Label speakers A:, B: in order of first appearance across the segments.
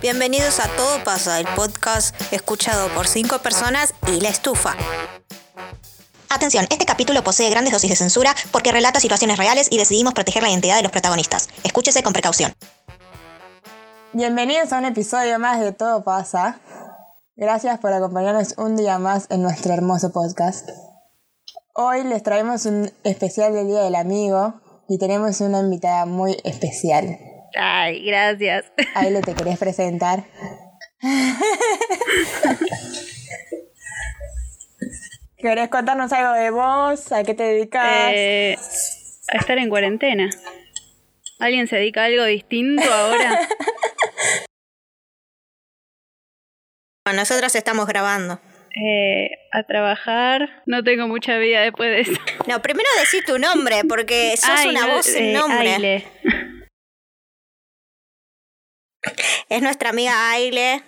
A: Bienvenidos a Todo Pasa, el podcast escuchado por cinco personas y la estufa.
B: Atención, este capítulo posee grandes dosis de censura porque relata situaciones reales y decidimos proteger la identidad de los protagonistas. Escúchese con precaución.
C: Bienvenidos a un episodio más de Todo pasa. Gracias por acompañarnos un día más en nuestro hermoso podcast. Hoy les traemos un especial del Día del Amigo y tenemos una invitada muy especial.
D: Ay, gracias.
C: Ahí lo te querés presentar. ¿Querés contarnos algo de vos? ¿A qué te dedicas?
D: Eh, a estar en cuarentena. ¿Alguien se dedica a algo distinto ahora?
A: Bueno, Nosotras estamos grabando.
D: Eh, a trabajar. No tengo mucha vida después de eso.
A: No, primero decir tu nombre, porque sos
D: Ay,
A: una
D: no,
A: voz sin
D: eh,
A: nombre.
D: Aile.
A: Es nuestra amiga Aile,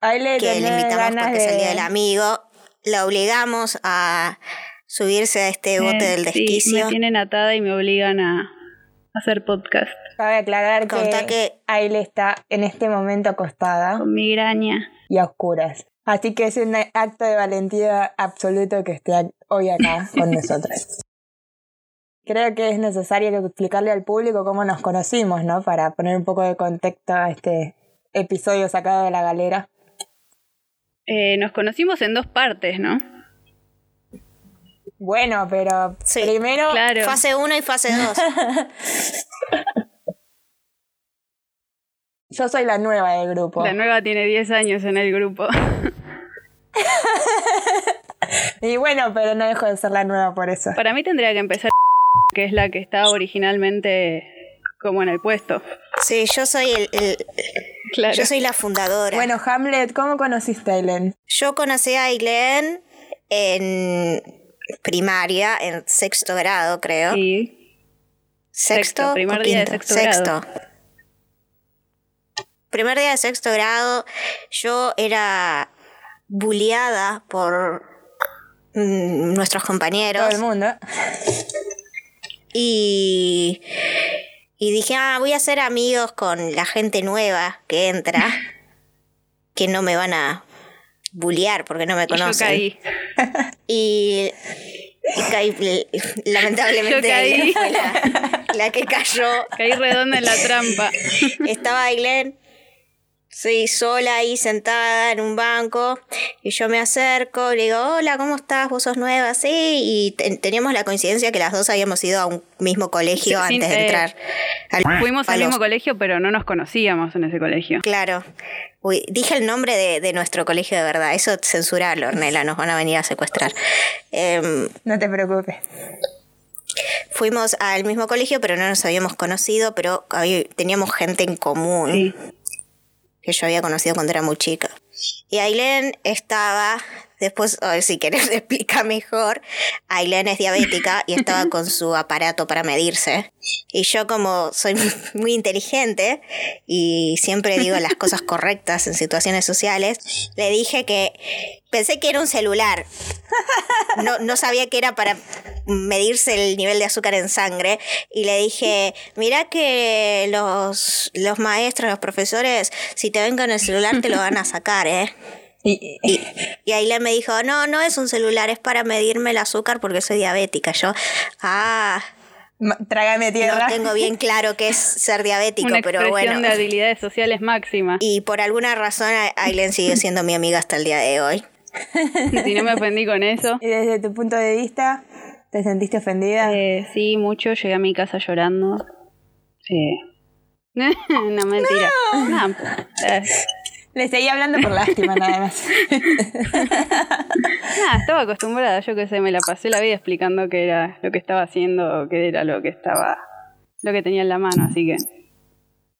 C: Ahí le
A: que le
C: tenés
A: invitamos
C: ganas
A: porque es el
C: de-
A: día del amigo. La obligamos a subirse a este bote
D: Eh,
A: del
D: sí,
A: desquicio.
D: me tienen atada y me obligan a hacer podcast
C: Cabe aclarar
A: Contá
C: que,
A: que-
C: Aile está en este momento acostada
D: con migraña.
C: y a oscuras. Así que es un acto de valentía absoluto que esté ac- hoy acá con nosotros. Creo que es necesario explicarle al público cómo nos conocimos, ¿no? Para poner un poco de contexto a este episodio sacado de la galera.
D: Eh, nos conocimos en dos partes, ¿no?
C: Bueno, pero
A: Sí,
C: primero
D: Claro.
A: Fase 1 y fase 2.
C: yo soy la nueva del grupo.
D: La nueva tiene 10 años en el grupo.
C: Y bueno, pero no dejo de ser la nueva por eso.
D: Para mí tendría que empezar que es la que estaba originalmente como en el puesto.
A: sí, yo soy el, el-
D: Claro.
A: yo soy la fundadora.
C: Bueno, Hamlet, ¿cómo conociste a Helen?
A: Yo conocí a Ailén en primaria, en sexto grado, creo.
D: Y
A: sexto,
D: sexto,
A: o
D: primer día de
A: quinto?
D: sexto grado.
A: Primer día de sexto grado, yo era bulleada por mm, nuestros
C: Todo
A: compañeros
C: el mundo.
A: y, y dije, ah, voy a ser amigos con la gente nueva que entra, que no me van a bullear porque no me
D: Y yo
A: conocen.
D: caí.
A: Y, y caí- lamentablemente
D: Yo caí.
A: fue la, la que cayó.
D: Caí redonda en la trampa.
A: Estaba Ailén, sí, sola ahí sentada en un banco. Y yo me acerco, le digo, hola, ¿cómo estás? ¿Vos sos nueva? Sí, y ten- teníamos la coincidencia que las dos habíamos ido a un mismo colegio
D: Sí, sí,
A: antes de
D: eh,
A: entrar. al-
D: Fuimos al
A: a los-
D: mismo colegio, pero no nos conocíamos en ese colegio.
A: Claro. Uy, dije el nombre de, de nuestro colegio de verdad. Eso censurarlo, Ornella, nos van a venir a secuestrar. Em,
C: No te preocupes.
A: Fuimos al mismo colegio, pero no nos habíamos conocido, pero había- teníamos gente en común
D: Sí.
A: que yo había conocido cuando era muy chica. Y Ailén estaba, después, ay, si querés explica mejor, Ailén es diabética y estaba con su aparato para medirse. Y yo como soy muy inteligente y siempre digo las cosas correctas en situaciones sociales, le dije que pensé que era un celular. No, no sabía que era para medirse el nivel de azúcar en sangre y le dije, mira que los, los maestros, los profesores, si te ven con el celular te lo van a sacar, ¿eh?
C: Y,
A: Y, y ahí le me dijo, no, no es un celular, es para medirme el azúcar porque soy diabética. Yo, ah,
C: Ma- Trágame tierra.
A: no tengo bien claro qué es ser diabético,
D: Una
A: pero
D: expresión
A: bueno.
D: de habilidades sociales máxima.
A: Y por alguna razón A- Aileen siguió siendo mi amiga hasta el día de hoy.
D: Si no me ofendí con eso.
C: Y desde tu punto de vista, ¿te sentiste ofendida?
D: Eh, sí, mucho. Llegué a mi casa llorando. Eh, no, mentira. No, eh,
C: Le seguí hablando por lástima, nada más.
D: nada, estaba acostumbrada. Yo que sé, me la pasé la vida explicando qué era lo que estaba haciendo o qué era lo que estaba... Lo que tenía en la mano, así que...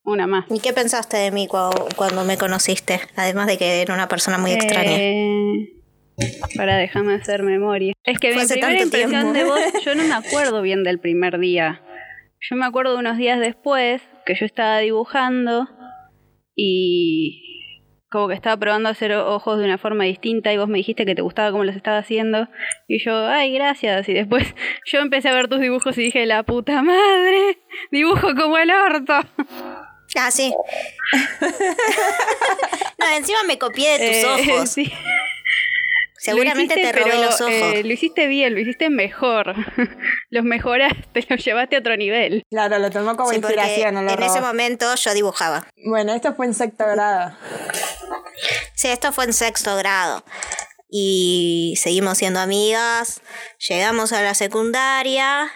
D: Una más.
A: ¿Y qué pensaste de mí cua- cuando me conociste? Además de que era una persona
D: Eh,
A: muy extraña.
D: Para déjame hacer memoria. Es que
A: Fue
D: mi
A: hace
D: primera
A: tanto
D: impresión
A: tiempo.
D: de vos, yo no me acuerdo bien del primer día. Yo me acuerdo de unos días después que yo estaba dibujando y como que estaba probando hacer o- ojos de una forma distinta y vos me dijiste que te gustaba cómo los estaba haciendo y yo, ay, gracias. Y después yo empecé a ver tus dibujos y dije, la puta madre, dibujo como el orto.
A: Ah, sí. no, encima me copié de tus
D: Eh,
A: ojos.
D: sí.
A: Seguramente
D: Lo hiciste,
A: te robé
D: pero,
A: los ojos.
D: eh, lo hiciste bien, lo hiciste mejor. los mejoraste, los llevaste a otro nivel.
C: Claro, lo tomó como
A: Sí, porque
C: inspiración, no lo
A: en ese
C: robó.
A: momento yo dibujaba.
C: Bueno, esto fue en sexto grado.
A: Sí, esto fue en sexto grado. Y seguimos siendo amigas. Llegamos a la secundaria.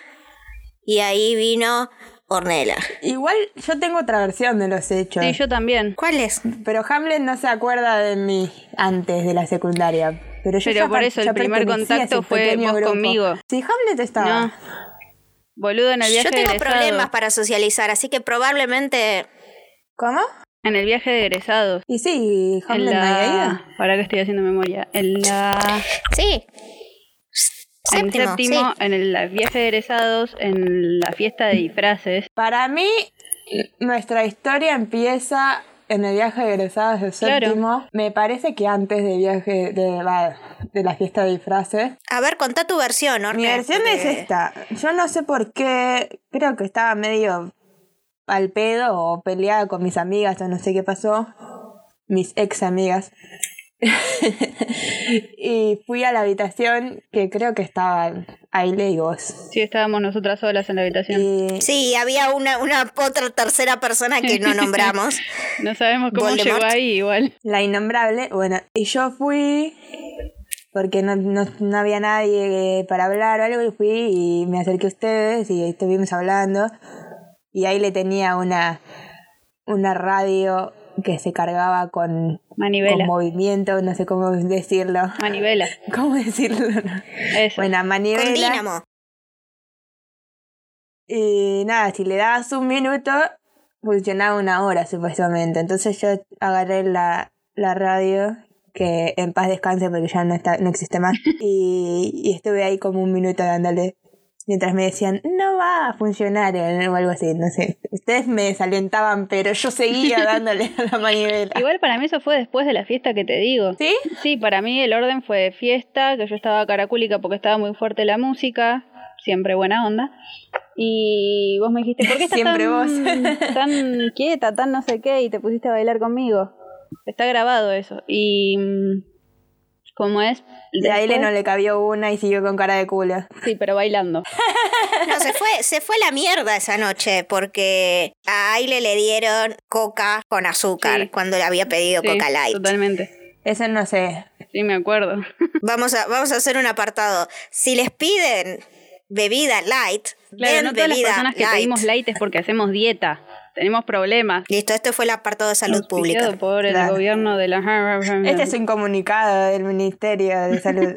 A: Y ahí vino Ornella.
C: Igual yo tengo otra versión de los hechos.
D: Sí, yo también.
A: ¿Cuál es?
C: Pero Hamlet no se acuerda de mí antes de la secundaria. Pero yo
D: Pero
C: ya
D: por
C: per-
D: eso el
C: ya
D: primer
C: pertenecía a
D: contacto
C: ese
D: fue
C: pequeño
D: vos conmigo.
C: Sí, Hamlet estaba.
D: No. Boludo, en el viaje
A: Yo tengo
D: de egresados.
A: problemas para socializar, así que probablemente
C: ¿Cómo?
D: En el viaje de egresados.
C: Y sí,
D: En
C: Hamlet no había ido.
D: la... Para que estoy haciendo memoria. En la...
A: sí.
D: En
A: Séptimo,
D: séptimo,
A: sí.
D: en el la- viaje de egresados, en la fiesta de disfraces.
C: Para mí, nuestra historia empieza en el viaje de egresados de
D: Claro.
C: séptimo. Me parece que antes del viaje de la, de la fiesta de disfraces.
A: A ver, contá tu versión,
C: Mi
A: Ornella.
C: versión es
D: este.
A: porque-
C: esta. Yo no sé por qué. Creo que estaba medio al pedo o peleada con mis amigas o no sé qué pasó. Mis ex amigas. y fui a la habitación que creo que estaban Aile y vos.
D: Sí, estábamos nosotras solas en la habitación.
C: Y
A: Sí, había una, una otra tercera persona que no nombramos.
D: No sabemos cómo
A: Voldemort.
D: llegó ahí igual.
C: la innombrable, bueno, y yo fui porque no, no, no había nadie eh, para hablar o algo, y fui y me acerqué a ustedes y estuvimos hablando. Y ahí le tenía una, una radio que se cargaba con, con
D: Manivela.
C: movimiento, no sé cómo decirlo.
D: Manivela.
C: ¿Cómo decirlo?
D: Eso.
C: Bueno,
A: Con
C: manivela.
A: Dínamo.
C: Y nada, si le dabas un minuto, funcionaba una hora supuestamente. Entonces yo agarré la, la radio, que en paz descanse porque ya no, está, no existe más. Y, y estuve ahí como un minuto dándole. Mientras me decían, no va a funcionar o algo así, no sé. Ustedes me desalientaban, pero yo seguía dándole a la manivela.
D: Igual para mí eso fue después de la fiesta que te digo.
C: ¿Sí?
D: Sí, para mí el orden fue de fiesta, que yo estaba caracúlica porque estaba muy fuerte la música, siempre buena onda. Y vos me dijiste, ¿por qué estás
C: Siempre
D: tan,
C: vos.
D: tan quieta, tan no sé qué? Y te pusiste a bailar conmigo. Está grabado eso. Y. mm, ¿Cómo es?
C: Y a Aile
D: Después-
C: no le cabió una y siguió con cara de culo.
D: Sí, pero bailando.
A: No, se fue, se fue la mierda esa noche porque a Aile le dieron coca con azúcar
D: Sí.
A: cuando le había pedido
D: Sí,
A: coca light.
D: Totalmente.
C: Eso no sé.
D: Sí, me acuerdo.
A: Vamos a, vamos a hacer un apartado. Si les piden bebida light,
D: Claro,
A: den
D: no todas las
A: bebida
D: personas que
A: light.
D: pedimos light es porque hacemos dieta. Tenemos problemas.
A: Listo, este fue el apartado de salud
D: Auspiciado
A: pública.
D: por el
C: Claro.
D: gobierno de la...
C: Este es un comunicado del Ministerio de Salud.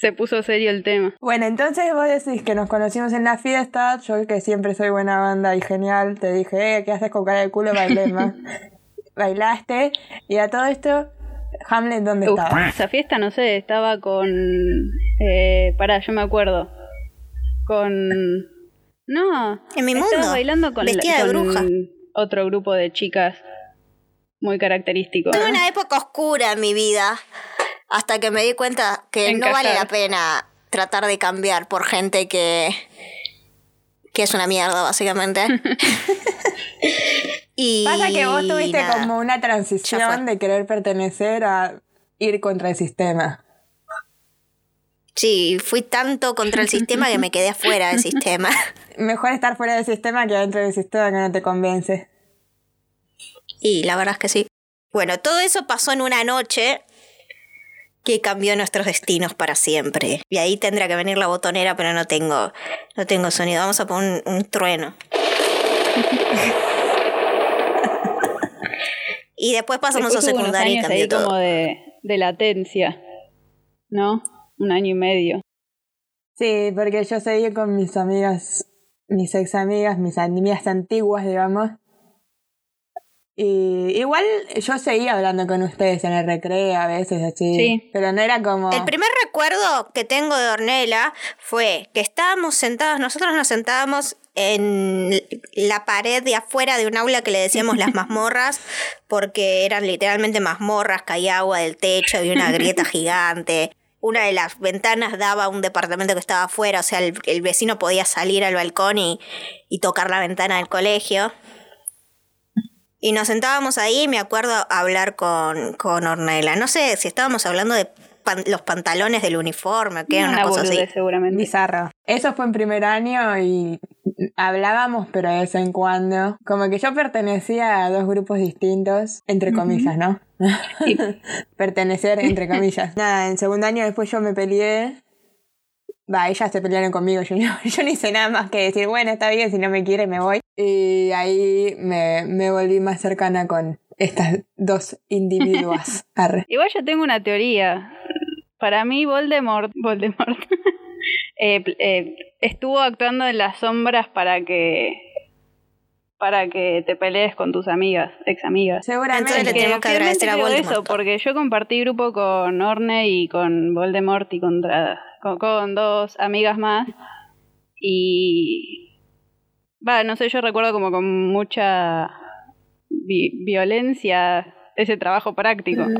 D: Se puso serio el tema.
C: Bueno, entonces vos decís que nos conocimos en la fiesta, yo que siempre soy buena banda y genial, te dije, eh, ¿qué haces con cara de culo? Bailema. Bailaste, y a todo esto, Hamlet, ¿dónde
D: Uf,
C: estaba?
D: esa fiesta, no sé, estaba con. Eh, pará, yo me acuerdo. Con. No.
A: En mi
D: estaba
A: mundo,
D: bailando con, la-
A: vestida de
D: con
A: bruja.
D: otro grupo de chicas muy característico.
A: Tuve una época oscura en mi vida hasta que me di cuenta que no
D: Encajar.
A: vale la pena tratar de cambiar por gente que que es una mierda básicamente. y
C: Pasa que vos tuviste
A: nada.
C: como una
A: Ya
C: transición
A: fue.
C: de querer pertenecer a ir contra el sistema.
A: Sí, fui tanto contra el sistema que me quedé afuera del sistema.
C: Mejor estar fuera del sistema que dentro del sistema que no te convence.
A: Y la verdad es que sí. Bueno, todo eso pasó en una noche que cambió nuestros destinos para siempre. Y ahí tendrá que venir la botonera, pero no tengo, no tengo sonido. Vamos a poner un, un trueno. y después pasamos
D: Después
A: a
D: hubo unos
A: secundaria y
D: años
A: cambió
D: ahí
A: todo.
D: como de, de latencia. ¿No? Un año y medio.
C: Sí, porque yo seguí con mis amigas, mis ex amigas, mis amigas antiguas, digamos. Y igual yo seguía hablando con ustedes en el recreo a veces así.
D: Sí.
C: Pero no era como.
A: El primer recuerdo que tengo de Ornella fue que estábamos sentados, nosotros nos sentábamos en la pared de afuera de un aula que le decíamos las mazmorras, porque eran literalmente mazmorras, caía agua del techo, había una grieta gigante. Una de las ventanas daba a un departamento que estaba afuera, o sea, el, el vecino podía salir al balcón y, y tocar la ventana del colegio. Y nos sentábamos ahí, me acuerdo, a hablar con, con Ornella. No sé si estábamos hablando de pan- los pantalones del uniforme, que era una, cosa así.
D: boludez, seguramente.
C: Bizarro. Eso fue en primer año y hablábamos, pero de vez en cuando. Como que yo pertenecía a dos grupos distintos, entre comillas, ¿no? Pertenecer, entre comillas. Nada, en segundo año después yo me peleé. Va, ellas se pelearon conmigo, yo, no- yo no hice nada más que decir, bueno, está bien, si no me quiere me voy. Y ahí me, me volví más cercana con estas dos individuas. Arre.
D: Igual yo tengo una teoría. Para mí Voldemort, Voldemort eh, pl- eh, estuvo actuando en las sombras para que para que te pelees con tus amigas, ex amigas.
C: Seguramente.
A: Entonces le
D: Que
A: tenemos que
D: firmemente
A: agradecer a
D: creo
A: Voldemort.
D: Eso, porque yo compartí grupo con Orne y con Voldemort y contra, con, con dos amigas más. Y. Va, no sé, yo recuerdo como con mucha vi- violencia ese trabajo práctico.
A: Mm.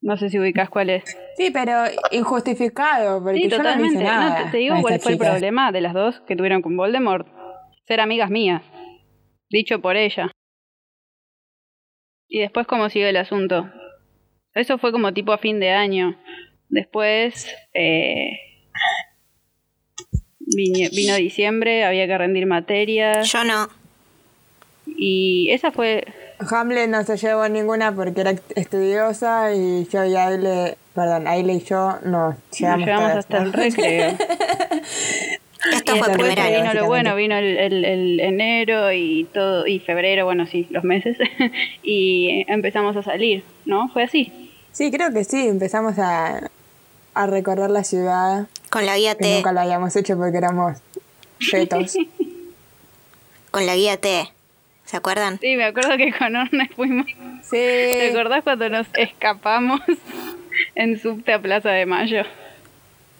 D: No sé si ubicas cuál es.
C: Sí, pero injustificado, porque
D: Sí,
C: yo no le hice
D: totalmente. No,
C: nada.
D: te, te digo
C: a
D: cuál
C: esta
D: fue el
C: chica.
D: problema de las dos que tuvieron con Voldemort. Ser amigas mías. Dicho por ella. Y después cómo siguió el asunto. Eso fue como tipo a fin de año. Después... eh, vine- vino diciembre, había que rendir materias.
A: Yo no.
D: Y esa fue...
C: Hamlet no se llevó ninguna porque era estudiosa y yo y Aile, perdón, Aile y yo nos
D: Nos
C: llevamos,
D: llevamos
C: todas,
D: hasta
C: ¿no?
D: el recreo.
A: Esto
D: Y
A: fue el
D: después
A: primer año.
D: Vino lo
C: básicamente.
D: bueno, vino el, el- el enero y todo, y febrero, bueno, sí, los meses, y empezamos a salir, ¿no? Fue así.
C: Sí, creo que sí, empezamos a, a recorrer la ciudad,
A: Con la guía
C: que
A: T.
C: nunca lo habíamos hecho porque éramos fetos.
A: Con la guía T. ¿Se acuerdan?
D: Sí, me acuerdo que con Orne fuimos. ¿Te
C: Sí,
D: acordás cuando nos escapamos en subte a Plaza de Mayo?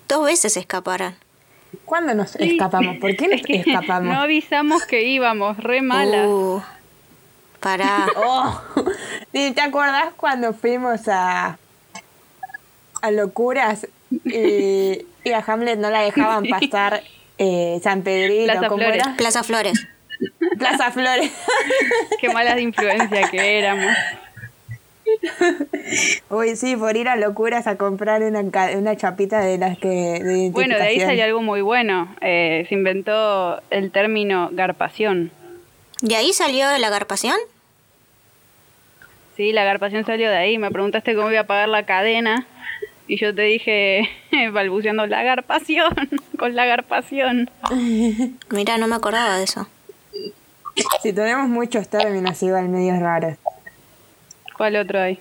A: Dos veces escaparon.
C: ¿cuándo nos escapamos? ¿Por qué nos
D: Es que
C: escapamos?
D: No avisamos que íbamos, re mala.
A: Uh, pará.
C: Oh. Sí, ¿Te acordás cuando fuimos a, a Locuras y, y a Hamlet no la dejaban pasar eh, San Pedrito?
D: Plaza
C: ¿cómo
D: Flores.
C: era?
A: Plaza Flores.
C: Plaza Flores.
D: Qué malas influencia que éramos.
C: Uy, sí, por ir a Locuras a comprar una, ca- una chapita de las que... de
D: Bueno, de ahí
C: identificación.
D: salió algo muy bueno. Eh, se inventó el término garpación.
A: ¿De ahí salió la garpación?
D: Sí, la garpación salió de ahí. Me preguntaste cómo iba a pagar la cadena. Y yo te dije, balbuceando, la garpación, con la garpación.
A: Mirá, no me acordaba de eso.
C: Sí, tenemos muchos términos igual medios raros.
D: ¿Cuál otro hay?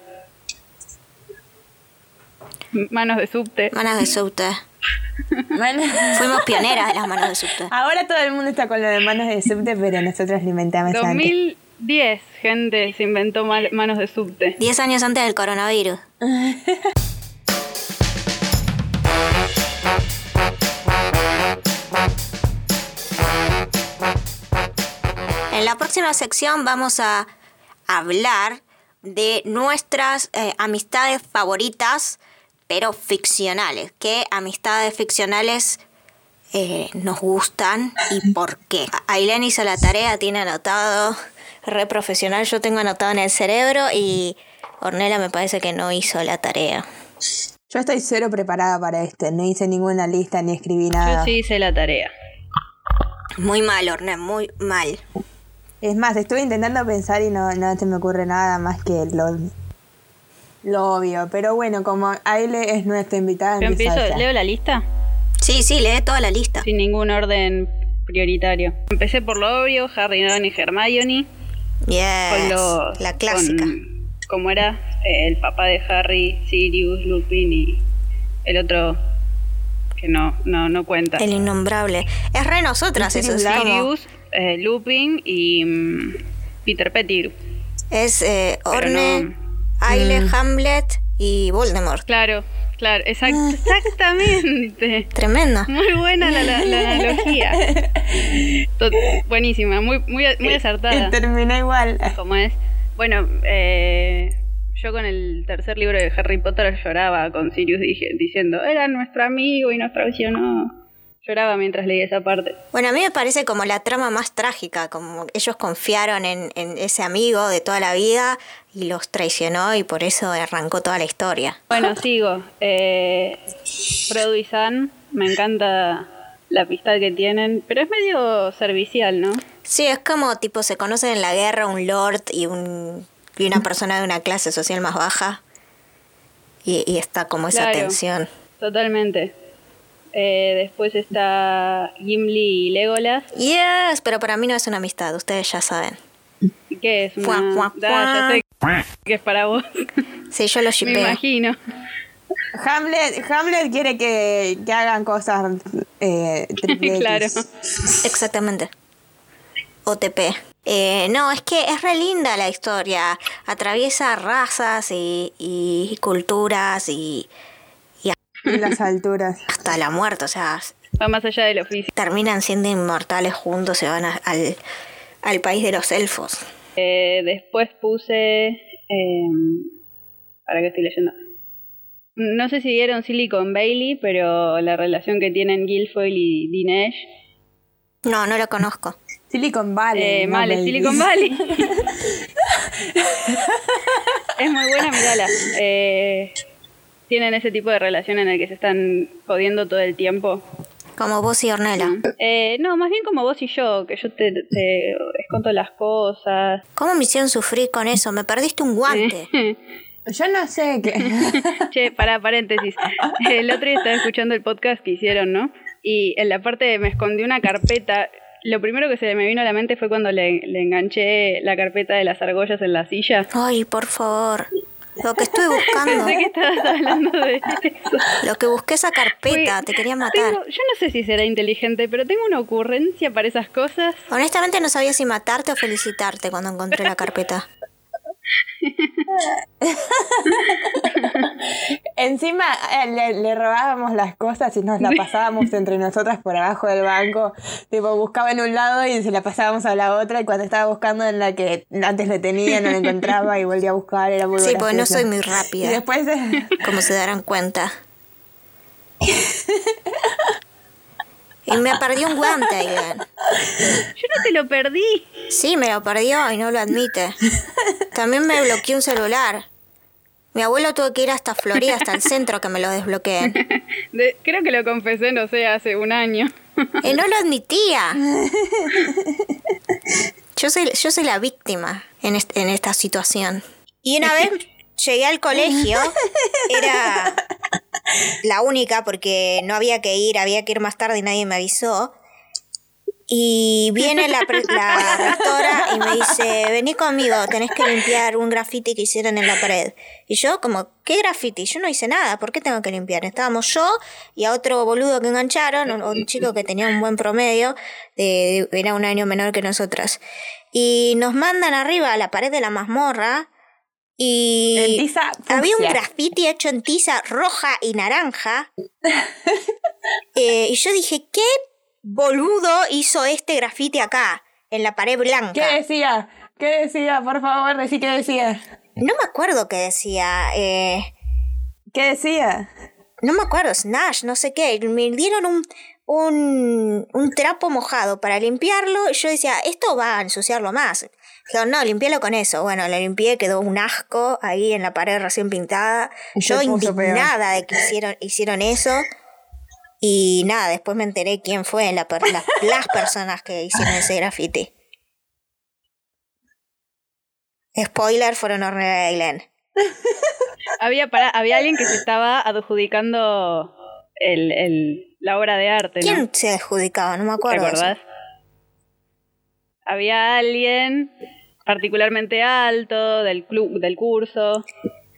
D: Manos de subte.
A: Manos de subte.
C: Man-
A: Fuimos pioneras de las manos de subte.
C: Ahora todo el mundo está con lo de manos de subte, pero nosotros lo inventamos antes.
D: 2010, gente, se inventó mal- manos de subte.
A: Diez años antes del coronavirus. En la próxima sección vamos a hablar de nuestras eh, amistades favoritas, pero ficcionales. ¿Qué amistades ficcionales eh, nos gustan y por qué? A- Ailén hizo la tarea, tiene anotado, re profesional, yo tengo anotado en el cerebro y Ornella me parece que no hizo la tarea.
C: Yo estoy cero preparada para esto, no hice ninguna lista ni escribí nada.
D: Yo sí hice la tarea.
A: Muy mal, Ornella, muy mal.
C: Es más, estuve intentando pensar y no, no se me ocurre nada más que lo, lo obvio. Pero bueno, como Aile es nuestra invitada,
D: Yo empiezo,
C: empiezo
D: leo la lista
A: Sí, sí, lee toda la lista.
D: sin ningún orden prioritario. Empecé por lo obvio, Harry, Ron y Hermione. con
A: Yes,
D: los-
A: la clásica.
D: con- como era Eh, el papá de Harry, Sirius, Lupin y el otro que no, no, no cuenta.
A: El innombrable. Es re nosotras eso. Es, como-
D: Sirius, eh, Lupin y mm, Peter Pettigrew.
A: es eh,
D: Pero
A: Orne,
D: no- Mm.
A: Aile, Hamlet y Voldemort.
D: Claro, claro,
A: Ah.
D: exact- exactamente.
A: Tremendo.
D: Muy buena la, la- la analogía. To- buenísima, muy, muy, muy
A: Eh,
D: acertada.
C: Y terminó igual.
D: como es. Bueno, eh, yo con el tercer libro de Harry Potter lloraba con Sirius dije, diciendo, era nuestro amigo y nos traicionó. Lloraba mientras leía esa parte.
A: Bueno, a mí me parece como la trama más trágica, como ellos confiaron en, en ese amigo de toda la vida y los traicionó y por eso arrancó toda la historia.
D: Bueno, sigo. Eh, Frodo y Sam, me encanta la amistad que tienen, pero es medio servicial, ¿no?
A: Sí, es como tipo se conocen en la guerra un lord y, un, y una persona de una clase social más baja y, y está como esa
D: Claro.
A: tensión.
D: Totalmente. Eh, después está Gimli y Legolas,
A: Yes, pero para mí no es una amistad, ustedes ya saben.
D: que es una...
A: Cuac, cuac,
D: Da, ya sé que es para vos,
A: Sí, yo lo
D: me
A: shippeo.
D: imagino.
C: Hamlet, Hamlet quiere que, que hagan cosas eh, triple X.
D: Claro.
A: Exactamente. OTP. Eh, no, es que es re linda la historia. Atraviesa razas y, y culturas y
C: Y las alturas.
A: hasta la muerte. O sea,
D: Va más allá del oficio.
A: terminan siendo inmortales juntos, se van a- al, al país de los elfos.
D: Eh, después puse... em, ¿Para qué estoy leyendo? No sé si vieron Silly con Bailey, pero la relación que tienen Guilfoyle y Dinesh
A: No, no lo conozco.
C: Silicon Valley.
D: Eh,
C: no
D: Male,
C: Babies.
D: Silicon Valley. es muy buena, mirala. Eh, tienen ese tipo de relación en el que se están jodiendo todo el tiempo.
A: Como vos y Ornella.
D: Eh, no, más bien como vos y yo, que yo te, te escondo las cosas.
A: ¿Cómo me hicieron sufrir con eso? Me perdiste un guante.
C: Yo no sé qué.
D: Che, para paréntesis. El otro día estaba escuchando el podcast que hicieron, ¿no? Y en la parte de me escondí una carpeta. Lo primero que se me vino a la mente fue cuando le, le enganché la carpeta de las argollas en la silla.
A: Ay, por favor. Lo que estoy buscando.
D: Pensé que estabas hablando de eso.
A: Lo que busqué esa carpeta.
D: Fui-
A: Te quería
D: Tengo-
A: matar.
D: yo no sé si será inteligente, pero tengo una ocurrencia para esas cosas.
A: Honestamente no sabía si matarte o felicitarte cuando encontré la carpeta.
C: Encima eh, le, le robábamos las cosas y nos la pasábamos entre nosotras por abajo del banco. Tipo, buscaba en un lado y se la pasábamos a la otra. Y cuando estaba buscando en la que antes le tenía, no la encontraba y volvía a buscar. Era muy
A: Sí, porque no
C: gracioso.
A: soy muy
C: Y
A: rápida,
C: después. eh,
A: como se darán cuenta. Y me perdió un guante, Aidan.
D: Yo no te lo perdí.
A: Sí, me lo perdió y no lo admite. También me bloqueó un celular. Mi abuelo tuvo que ir hasta Florida, hasta el centro, que me lo desbloqueen.
D: De- creo que lo confesé, no sé, hace un año.
A: Y no lo admitía. Yo soy, yo soy la víctima en, est- en esta situación. Y una vez llegué al colegio, era la única porque no había que ir, había que ir más tarde y nadie me avisó. Y viene la, pre- la rectora y me dice, vení conmigo, tenés que limpiar un grafiti que hicieron en la pared. Y yo como, ¿qué grafiti? Yo no hice nada, ¿por qué tengo que limpiar? Estábamos yo y a otro boludo que engancharon, un, un chico que tenía un buen promedio, de- era un año menor que nosotras. Y nos mandan arriba a la pared de la mazmorra y...
C: En tiza
A: Había un
C: fucsia.
A: graffiti hecho en tiza roja y naranja. Eh, y yo dije, ¿qué boludo hizo este graffiti acá? En la pared blanca.
C: ¿Qué decía? ¿Qué decía? Por favor, decí qué decía.
A: No me acuerdo qué decía. eh,
C: ¿Qué decía?
A: no me acuerdo, Snash, no sé qué. Me dieron un, un, un trapo mojado para limpiarlo. Y yo decía, esto va a ensuciarlo más. Dijeron, no, limpialo con eso. Bueno, lo limpié, quedó un asco ahí en la pared recién pintada.
C: Y se
A: Yo
C: puso peor.
A: indignada de que hicieron, hicieron eso. Y nada, después me enteré quién fue la per- las- las personas que hicieron ese graffiti. Spoiler, fueron Ornella y Glenn.
D: Había, para, había alguien que se estaba adjudicando el, el- la obra de arte, ¿no?
A: ¿Quién se adjudicaba? No me
D: ¿Te
A: acuerdo.
D: acordás? Había alguien particularmente alto del club, del curso.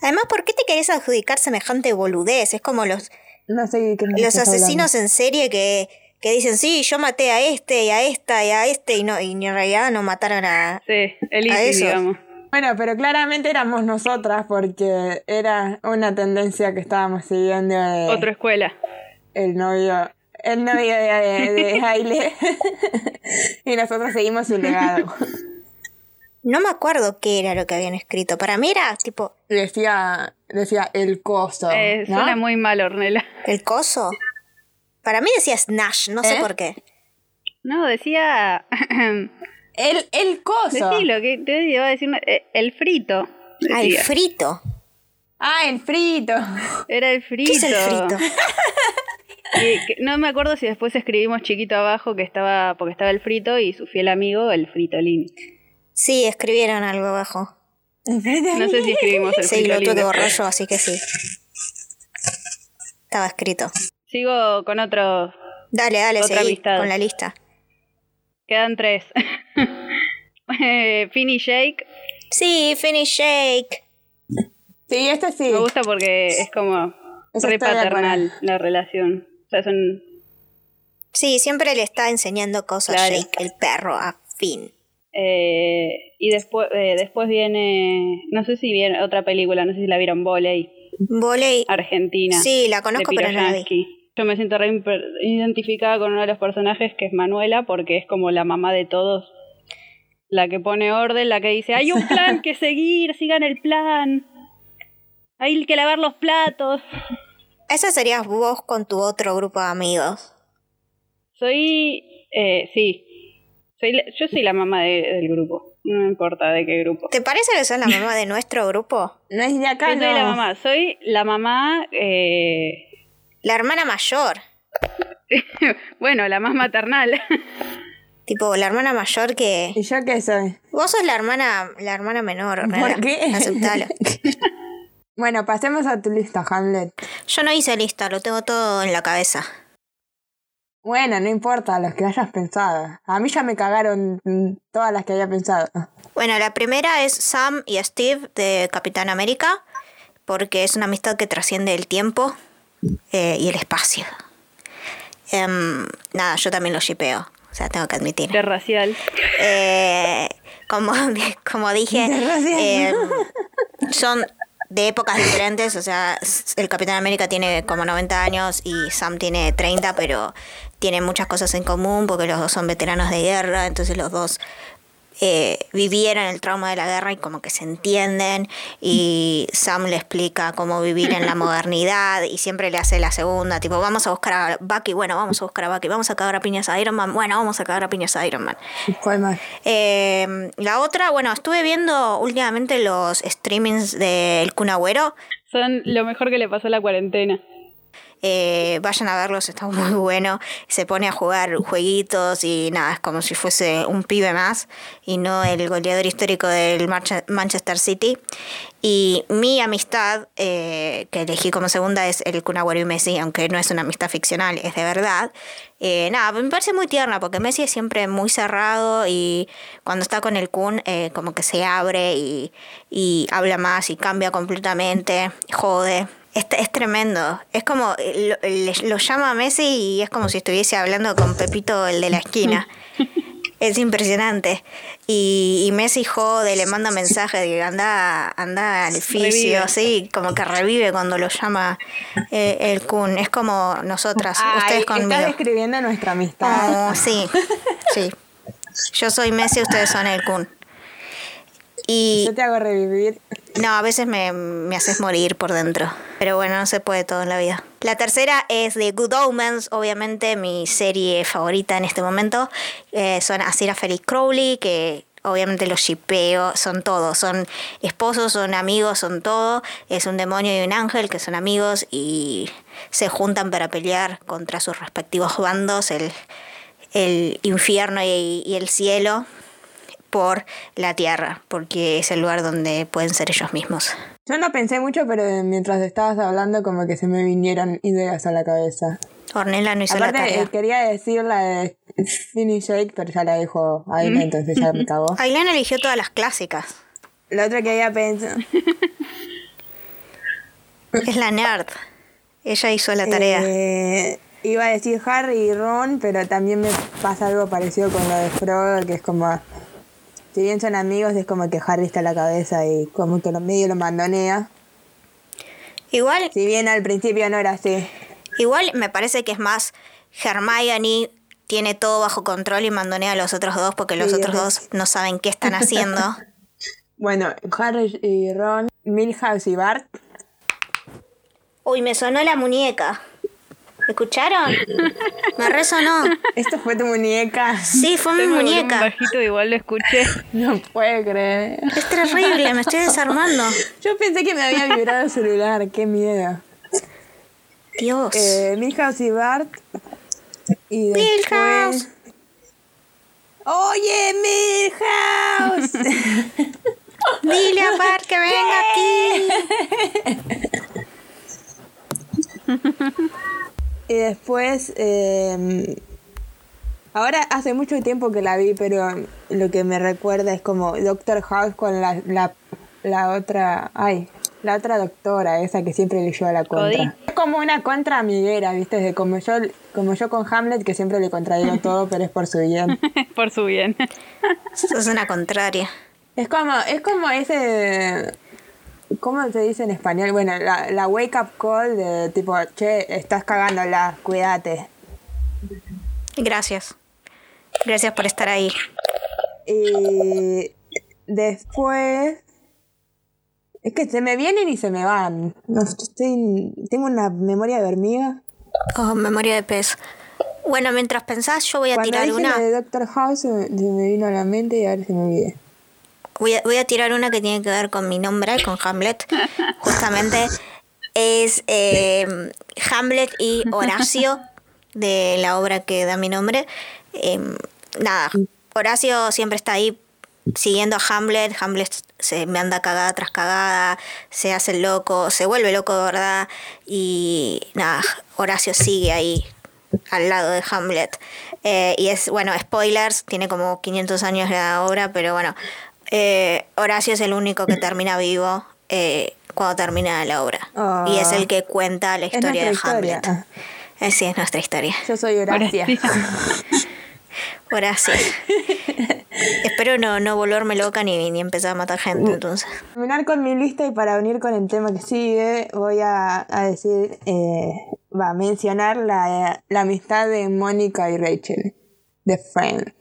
A: Además, ¿por qué te querés adjudicar semejante boludez? Es como los,
C: No sé de qué me
A: los
C: estás
A: asesinos en serie que, que dicen, sí, yo maté a este y a esta y a este y no y en realidad no mataron a...
D: Sí, el
A: A
D: ISIS,
A: esos.
D: digamos.
C: hablando. Bueno, pero claramente éramos nosotras porque era una tendencia que estábamos siguiendo de
D: Otra escuela.
C: el novio. El novio de, de, de Haile. y nosotros seguimos su legado.
A: No me acuerdo qué era lo que habían escrito. Para mí era tipo,
C: Y decía, decía el coso.
D: Eh,
C: ¿no?
D: Suena muy mal, Ornella.
A: el coso. Para mí decía Snash, no sé
E: ¿Eh?
A: por qué.
D: No, decía.
E: El, el coso.
D: Decilo, que te iba a decir una- eh, el frito.
A: Ah, el
D: decía.
A: frito.
E: Ah, el frito.
D: Era el frito.
A: ¿Qué es el frito?
D: Y que- no me acuerdo si después escribimos chiquito abajo que estaba, porque estaba el frito y su fiel amigo, el fritolín.
A: Sí, escribieron algo abajo.
D: No sé si escribimos el
A: Sí, lo
D: fritolín.
A: tuve que borrar
D: después.
A: yo, así que sí. Estaba escrito.
D: Sigo con otro.
A: Dale, dale,
D: Otra
A: seguí
D: amistad.
A: con la lista.
D: Quedan tres. Eh, Finn y Jake.
A: Sí, finish shake.
C: Sí, este sí.
D: Me gusta porque es como
C: Eso
D: re
C: estoy de acuerdo.
D: paternal la relación. O sea, son
A: Sí, siempre le está enseñando cosas
D: Claro.
A: Jake, el perro, a Finn.
D: Eh, y después, eh, después viene, no sé si viene otra película, no sé si la vieron, Voley,
A: Voley.
D: Argentina.
A: Sí, la conozco,
D: de
A: pero no la vi.
D: Piroyansky. Yo me siento re imper- identificada con uno de los personajes que es Manuela, porque es como la mamá de todos. La que pone orden, la que dice, hay un plan que seguir, sigan el plan. Hay que lavar los platos.
A: Esa serías vos con tu otro grupo de amigos.
D: Soy, eh, sí, soy, la- yo soy la mamá de- del grupo, no me importa de qué grupo.
A: ¿Te parece que sos la mamá de nuestro grupo?
C: No es de acá,
D: Yo soy la
C: no.
D: mamá, soy la mamá, eh,
A: La hermana mayor.
D: bueno, la más maternal.
A: Tipo, la hermana mayor que...
C: ¿Y yo qué soy?
A: Vos sos la hermana, la hermana menor, ¿verdad?
C: qué?
A: Aceptalo.
C: Bueno, pasemos a tu lista, Hamlet.
A: Yo no hice lista, lo tengo todo en la cabeza.
C: Bueno, no importa los que hayas pensado. A mí ya me cagaron mm, todas las que había pensado.
A: Bueno, la primera es Sam y Steve de Capitán América, porque es una amistad que trasciende el tiempo eh, y el espacio. Em, nada, yo también lo shipeo, o sea, tengo que admitir.
D: De racial.
A: Eh, como, como dije, eh, son de épocas diferentes, o sea, s- el Capitán América tiene como 90 años y Sam tiene 30, pero tienen muchas cosas en común porque los dos son veteranos de guerra, entonces los dos eh, vivieron el trauma de la guerra y como que se entienden y Sam le explica cómo vivir en la modernidad y siempre le hace la segunda, tipo vamos a buscar a Bucky, bueno, vamos a buscar a Bucky, vamos a cagar a piñas a Iron Man, bueno, vamos a cagar a piñas a Iron Man.
C: Fue más.
A: Eh, la otra, bueno, estuve viendo últimamente los streamings del Kun Agüero.
D: Son lo mejor que le pasó a la cuarentena.
A: Mm, Eh, vayan a verlos, está muy bueno. Se pone a jugar jueguitos y nada, es como si fuese un pibe más y no el goleador histórico del Marche- Manchester City. Y mi amistad, eh, que elegí como segunda, es el Kun Agüero y Messi, aunque no es una amistad ficcional, es de verdad. Eh, nada, me parece muy tierna porque Messi es siempre muy cerrado y cuando está con el Kun, eh, como que se abre y, y habla más y cambia completamente, jode. Es, es tremendo. Es como, eh, lo, le- lo llama Messi y es como si estuviese hablando con Pepito, el de la esquina. Es impresionante. Y, y Messi jode, le manda mensajes de anda, anda al fisio,
D: Revive.
A: sí, como que revive cuando lo llama eh, el Kun. Es como nosotras,
C: Ay,
A: ustedes
C: estás
A: conmigo.
C: describiendo nuestra amistad.
A: Oh, sí, sí. Yo soy Messi, ustedes son el Kun. Y
C: Yo te hago revivir.
A: no, a veces me, me haces morir por dentro. Pero bueno, no se puede todo en la vida. La tercera es de Good Omens, obviamente mi serie favorita en este momento. Eh, son Asira Felix Crowley, que obviamente los shipeo, son todos. Son esposos, son amigos, son todo. Es un demonio y un ángel que son amigos y se juntan para pelear contra sus respectivos bandos, el, el infierno y- y el cielo por la tierra, porque es el lugar donde pueden ser ellos mismos.
C: Yo no pensé mucho, pero mientras estabas hablando como que se me vinieron ideas a la cabeza.
A: Ornella no hizo la
C: Aparte,
A: tarea.
C: eh, quería decir la de Finny Jake, pero ya la dijo
A: Mm.
C: Aina, entonces ya me cagó.
A: Ailana eligió todas las clásicas.
C: La otra que había pensado...
A: Es la nerd. Ella hizo la tarea.
C: Eh, iba a decir Harry y Ron, pero también me pasa algo parecido con lo de Frodo, que es como... Si bien son amigos, es como que Harry está a la cabeza y como que lo medio lo mandonea.
A: igual,
C: Si bien al principio no era así.
A: igual me parece que es más Hermione tiene todo bajo control y mandonea a los otros dos porque los
C: Sí,
A: otros
C: es-
A: dos no saben qué están haciendo.
C: Bueno, Harry y Ron, Milhouse y Bart.
A: Uy, me sonó la muñeca. ¿Escucharon? Me resonó.
C: ¿Esto fue tu muñeca?
A: Sí, fue mi
D: Me volví un
A: muñeca.
D: bajito, igual lo escuché.
C: No puede creer.
A: Es terrible, me estoy desarmando.
C: Yo pensé que me había vibrado el celular, qué miedo.
A: Dios.
C: Eh, Milhouse y Bart. Y después...
A: Milhouse.
C: ¡Oye, Milhouse!
A: Dile a Bart que venga aquí.
C: y después... eh, ahora hace mucho tiempo que la vi, pero lo que me recuerda es como Doctor House con la, la, la otra... ¡Ay! La otra doctora, esa que siempre le lleva la contra.
D: Cody.
C: Es como una contra amiguera, ¿viste? De como yo, como yo con Hamlet, que siempre le contradigo todo, pero es por su bien.
D: Por su bien.
A: Sos una contraria.
C: Es como, es como ese. ¿Cómo se dice en español? Bueno, la, la wake up call de tipo, che, estás cagándola, cuídate.
A: Gracias. Gracias por estar ahí.
C: Y Eh, después. Es que se me vienen y se me van. No, estoy, tengo una memoria de hormiga.
A: Oh, memoria de pez. Bueno, mientras pensás, yo voy a
C: Cuando
A: tirar
C: dije
A: una.
C: la de Doctor House se me, se me vino a la mente y ahora se me olvidé.
A: Voy a, voy a tirar una que tiene que ver con mi nombre, con Hamlet. Justamente es eh, Hamlet y Horacio, de la obra que da mi nombre. Eh, nada, Horacio siempre está ahí siguiendo a Hamlet. Hamlet se me anda cagada tras cagada, se hace el loco, se vuelve loco de verdad. Y nada, Horacio sigue ahí al lado de Hamlet. Eh, y es, bueno, spoilers, tiene como 500 años la obra, pero bueno, eh, Horacio es el único que termina vivo eh, cuando termina la obra.
C: Ah.
A: y es el que cuenta la
C: Es
A: historia de
C: nuestra historia. ah.
A: Hamlet. Eh, sí, es nuestra historia.
C: Yo soy Horacia.
A: Horacio. Espero no, no volverme loca ni, ni empezar a matar gente entonces.
C: terminar con mi lista y para unir con el tema que sigue, voy a, a decir, eh, va a mencionar la, la amistad de Mónica y Rachel, de Friend.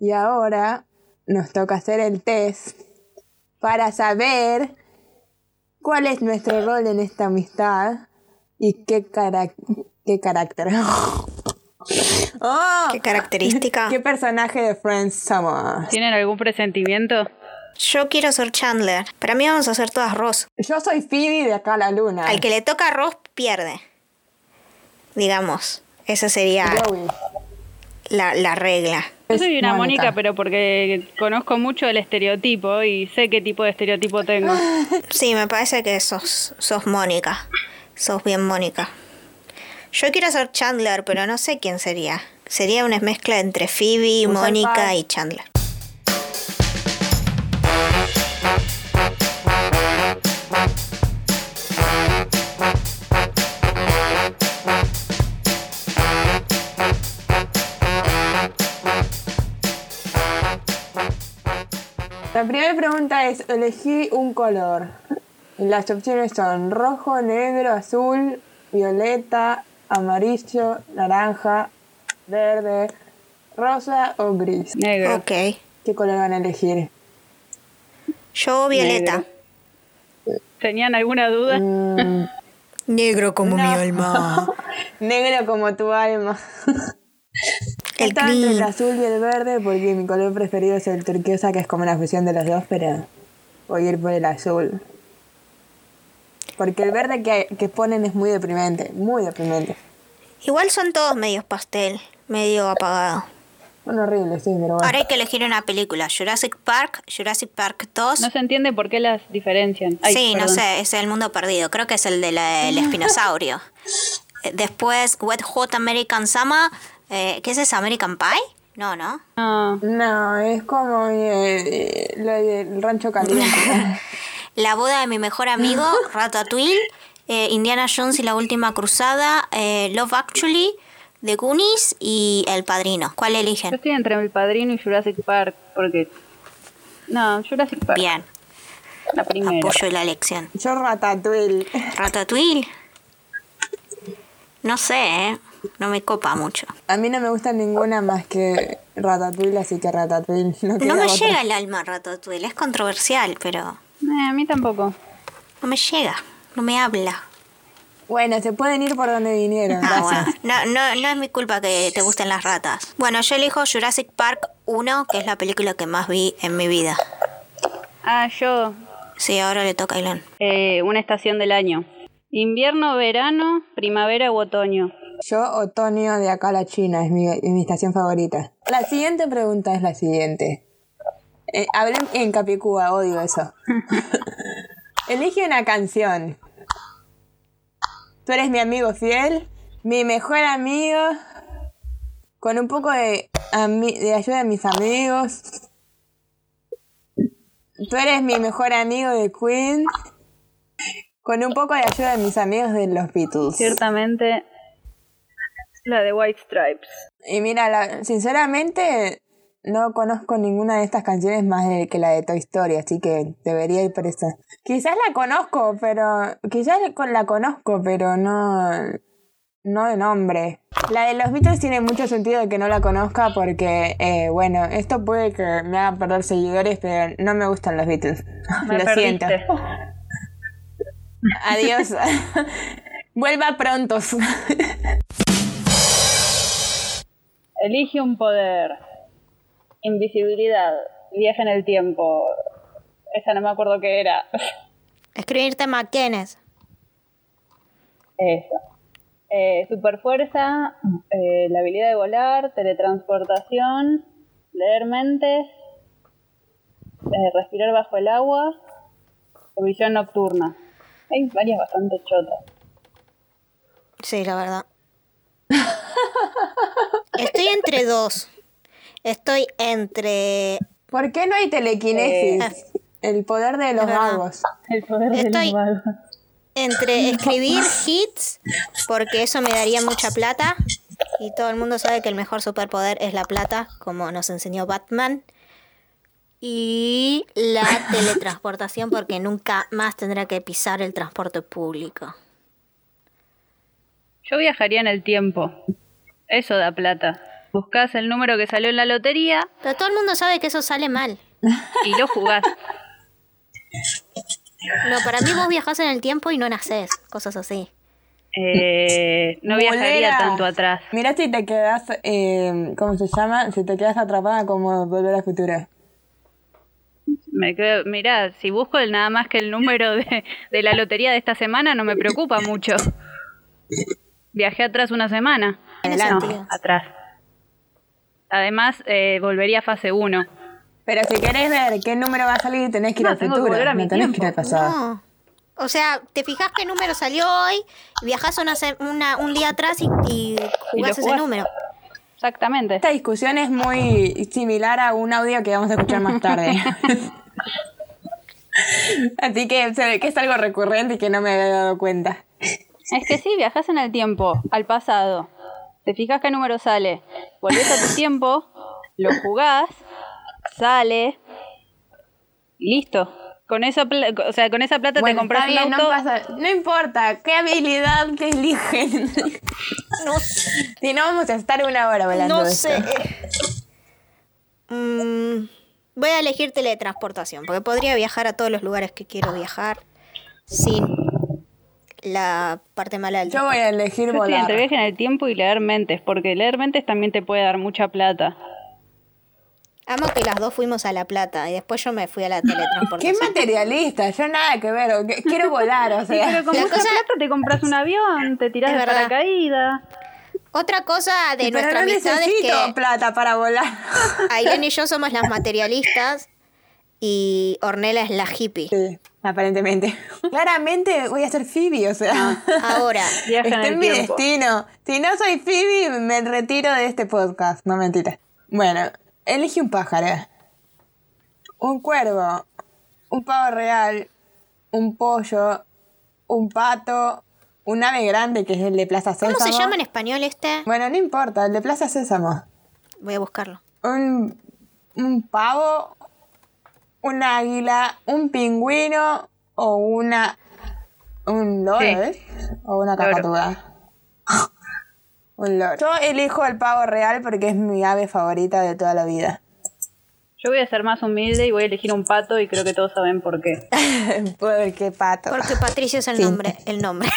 C: Y ahora nos toca hacer el test para saber cuál es nuestro rol en esta amistad y qué, carac- qué carácter. ¡Oh!
A: ¿Qué característica?
C: ¿Qué personaje de Friends somos?
D: ¿Tienen algún presentimiento?
A: Yo quiero ser Chandler. Para mí vamos a ser todas Ross.
C: Yo soy Phoebe de acá a la luna.
A: Al que le toca a Ross pierde. Digamos. Esa sería
C: Joey.
A: la, la regla.
D: Yo
C: Es
D: soy una
C: Mónica.
D: Mónica, pero porque conozco mucho el estereotipo y sé qué tipo de estereotipo tengo.
A: Sí, me parece que sos, sos Mónica. Sos bien Mónica. Yo quiero ser Chandler, pero no sé quién sería. Sería una mezcla entre Phoebe,
C: Un
A: Mónica
C: salvaje.
A: y Chandler.
C: La primera pregunta es, elegí un color. Las opciones son rojo, negro, azul, violeta, amarillo, naranja, verde, rosa o gris.
D: Negro.
A: Ok.
C: ¿Qué color van a elegir?
A: Yo, Violeta.
D: ¿Tenían alguna duda?
C: Mm,
A: Negro como mi alma.
C: negro como tu alma.
A: El
C: Estaba entre el
A: green.
C: azul y el verde porque mi color preferido es el turquesa, que es como una fusión de los dos, pero voy a ir por el azul. Porque el verde que, que ponen es muy deprimente, muy deprimente.
A: Igual son todos medios pastel, medio apagado.
C: Bueno, horrible, sí, pero bueno.
A: Ahora hay que elegir una película. Jurassic Park, Jurassic Park 2.
D: No se entiende por qué las diferencian. Ay,
A: sí, no
D: perdón.
A: sé, es el mundo perdido. Creo que es el del espinosaurio. Eh, Después, Wet Hot American Summer. eh, ¿Qué es eso? ¿American Pie? No, no.
D: No.
C: No, es como eh, eh, lo del rancho caliente.
A: La boda de mi mejor amigo, Ratatouille. eh, Indiana Jones y la última cruzada. eh, Love Actually. The Goonies y El Padrino. ¿Cuál
D: Yo
A: eligen?
D: estoy entre mi padrino y Jurassic Park, porque... No, Jurassic Park,
A: Bien,
D: la primera.
A: apoyo la elección.
C: Yo ratatouille.
A: Ratatouille. No sé, ¿eh? No me copa mucho.
C: A mí no me gusta ninguna más que ratatouille, así que ratatouille. No,
A: No
C: queda
A: me
C: otra.
A: llega el alma Ratatouille. Es controversial, pero
D: Eh, a mí tampoco.
A: no me llega. No me habla.
C: Bueno, se pueden ir por donde vinieron.
A: Ah,
C: gracias.
A: bueno. No, no, no es mi culpa que te gusten las ratas. Bueno, yo elijo Jurassic Park 1, que es la película que más vi en mi vida.
D: Ah, yo.
A: Sí, ahora le toca a Ilan.
D: eh, una estación del año. Invierno, verano, primavera u otoño.
C: Yo, otoño de acá a la China, es mi, es mi estación favorita. La siguiente pregunta es la siguiente. Eh, hablen en Capicúa, odio eso. Elige una canción. Tú eres mi amigo fiel, mi mejor amigo, con un poco de, ami- de ayuda de mis amigos. Tú eres mi mejor amigo de Queen, con un poco de ayuda de mis amigos de los Beatles.
D: Ciertamente, la de White Stripes.
C: Y mira, la- sinceramente no conozco ninguna de estas canciones más de- que la de Toy Story, así que debería ir por esa. Quizás la conozco, pero quizás la con- la conozco, pero no no de nombre. La de los Beatles tiene mucho sentido de que no la conozca porque eh, bueno, esto puede que me haga perder seguidores, pero no me gustan los Beatles.
D: Me
C: Lo siento.
D: perdiste.
C: Adiós. Vuelva pronto.
D: Elige un poder. Invisibilidad. Viaje en el tiempo. Esa no me acuerdo qué era.
A: Escribirte McKennes.
D: Eso. Eh, superfuerza, eh, la habilidad de volar, teletransportación, leer mentes, eh, respirar bajo el agua, o visión nocturna. Hay varias bastante chotas.
A: Sí, la verdad. Estoy entre dos. Estoy entre.
C: ¿Por qué no hay telequinesis? El poder de los
A: verdad.
C: magos.
D: El poder de
A: Estoy-
D: los magos.
A: Entre escribir hits, porque eso me daría mucha plata. Y todo el mundo sabe que el mejor superpoder es la plata, como nos enseñó Batman. Y la teletransportación, porque nunca más tendrá que pisar el transporte público.
D: Yo viajaría en el tiempo. Eso da plata. Buscás el número que salió en la lotería
A: Pero todo el mundo sabe que eso sale mal.
D: y lo jugás.
A: No, para mí vos viajás en el tiempo y no nacés, cosas así.
D: Eh, no viajaría
C: Bolera.
D: tanto atrás.
C: Mira si te quedas, eh, ¿cómo se llama? Si te quedas atrapada como volver al futuro.
D: Me quedo, mirá, si busco el, nada más que el número de, de la lotería de esta semana, no me preocupa mucho. Viajé atrás una semana.
A: Tiene
D: No,
A: sentido.
D: atrás. Además, eh, volvería a fase 1.
C: Pero si querés ver qué número va a salir, tenés que ir
D: No,
C: al
D: tengo que
C: futuro.
D: volver a mi
C: no tenés
D: tiempo.
C: que ir al pasado.
A: No. O sea, te fijas qué número salió hoy, viajás una se- una- un día atrás y, y jugás ese
D: jugás.
A: número.
D: Exactamente.
C: Esta discusión es muy similar a un audio que vamos a escuchar más tarde. Así que se ve que es algo recurrente y que no me había dado cuenta.
D: Es que sí, viajas en el tiempo, al pasado. Te fijas qué número sale. Volvés a tu tiempo, lo jugás, sale. Listo. Con esa, pla- o sea, con esa plata
C: Bueno,
D: te compras
C: está bien,
D: un
C: no,
D: auto.
C: pasa- no importa, qué habilidad que eligen.
A: No,
C: si no, vamos a estar una hora hablando
A: no
C: de esto.
A: sé. Mm, voy a elegir teletransportación, porque podría viajar a todos los lugares que quiero viajar sin la parte mala del
C: Yo voy a elegir
D: Yo estoy
C: volar.
D: entre viaje en el tiempo y leer mentes, porque leer mentes también te puede dar mucha plata.
A: Amo que las dos fuimos a La Plata y después yo me fui a la
C: Qué
A: teletransportación.
C: materialista, yo nada que ver, o que- quiero volar, o sea.
D: Pero con
A: La
D: mucha
A: cosa-
D: plata te compras un avión, te tiras
A: Es
D: de
A: verdad.
D: paracaídas.
A: Otra cosa de
C: Pero
A: nuestra
C: no
A: amistad es
C: necesito
A: que
C: plata para volar.
A: Aileen y yo somos las materialistas y Ornella es la hippie.
C: Sí, aparentemente. Claramente voy a ser Phoebe, o
A: Ah,
C: sea.
A: Ahora,
D: Viaja en
C: Está
D: el
C: en mi
D: tiempo.
C: destino. Si no soy Phoebe, me retiro de este podcast. No mentira. Bueno, elige un pájaro. Un cuervo. Un pavo real. Un pollo. Un pato. Un ave grande que es el de Plaza Sésamo.
A: ¿cómo se llama en español este?
C: Bueno, no importa, el de Plaza Sésamo.
A: Voy a buscarlo.
C: un, un pavo, un águila, un pingüino o una un loro,
D: Sí.
C: ¿eh? O una
D: Loro.
C: cacatúa. un loro. Yo elijo el pavo real porque es mi ave favorita de toda la vida.
D: Yo voy a ser más humilde y voy a elegir un pato y creo que todos saben por qué.
C: porque pato.
A: Porque Patricio es el
C: Sí. Ah.
A: nombre, el nombre.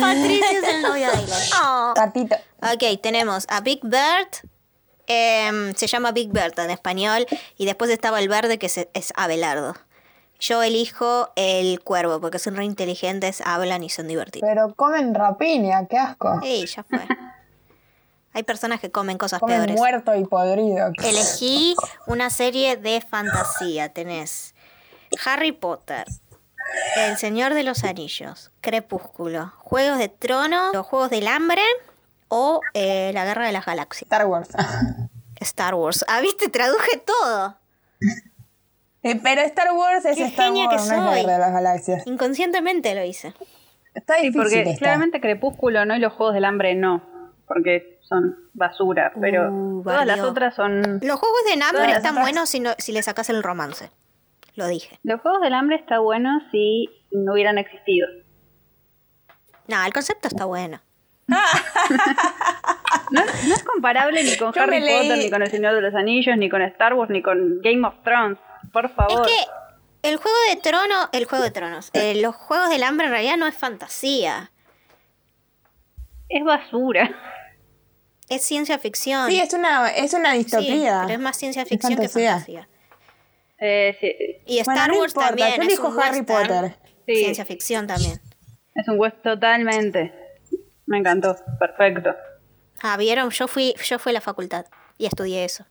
A: Patricio es el novio de Elon. Oh.
C: Patito.
A: Ok, tenemos a Big Bird. em, se llama Big Bird en español. Y después estaba el verde que se- es Abelardo. Yo elijo el cuervo porque son re inteligentes, hablan y son divertidos.
C: Pero comen rapiña, qué asco.
A: Y ya fue. Hay personas que comen cosas
C: Comen
A: peores.
C: muerto y podrido.
A: Elegí una serie de fantasía. Tenés Harry Potter, El Señor de los Anillos, Crepúsculo, Juegos de Trono, Los Juegos del Hambre o eh, La Guerra de las Galaxias.
C: Star Wars.
A: Star Wars. Ah, viste, traduje todo.
C: Eh, Pero Star Wars es
A: Qué
C: Star
A: genia que
C: Wars, no es la
A: soy.
C: Guerra de las Galaxias.
A: Inconscientemente lo hice.
C: Está
D: Sí,
C: difícil
D: porque
C: esta.
D: claramente Crepúsculo no y los Juegos del Hambre no, porque son basura, pero
A: Uh,
D: todas las
A: bardeó.
D: otras son...
A: Los Juegos del Hambre
D: Todas
A: están
D: las-
A: buenos si, no- si le sacas el romance. Lo dije.
D: Los Juegos del Hambre está bueno si no hubieran existido.
A: No, el concepto está bueno.
D: No, no es comparable ni con
C: Yo me
D: Harry
C: leí-
D: Potter, ni con El Señor de los Anillos, ni con Star Wars, ni con Game of Thrones. Por
A: Es
D: favor.
A: que el juego de trono, el juego de tronos, eh, los juegos del hambre en realidad no es fantasía,
D: Es basura.
A: es ciencia ficción.
C: Sí, es una, es una
A: Sí,
C: distopía.
A: pero es más ciencia ficción que
C: fantasía.
A: fantasía.
D: Eh, sí,
A: Y
C: Bueno,
A: Star
C: no
A: Wars
C: importa,
A: también.
C: yo
A: es
C: elijo
A: un
C: Harry
A: western,
C: Potter.
D: Sí.
A: Ciencia ficción también.
D: es un web totalmente. Me encantó. Perfecto.
A: Ah, vieron, yo fui, yo fui a la facultad y estudié eso.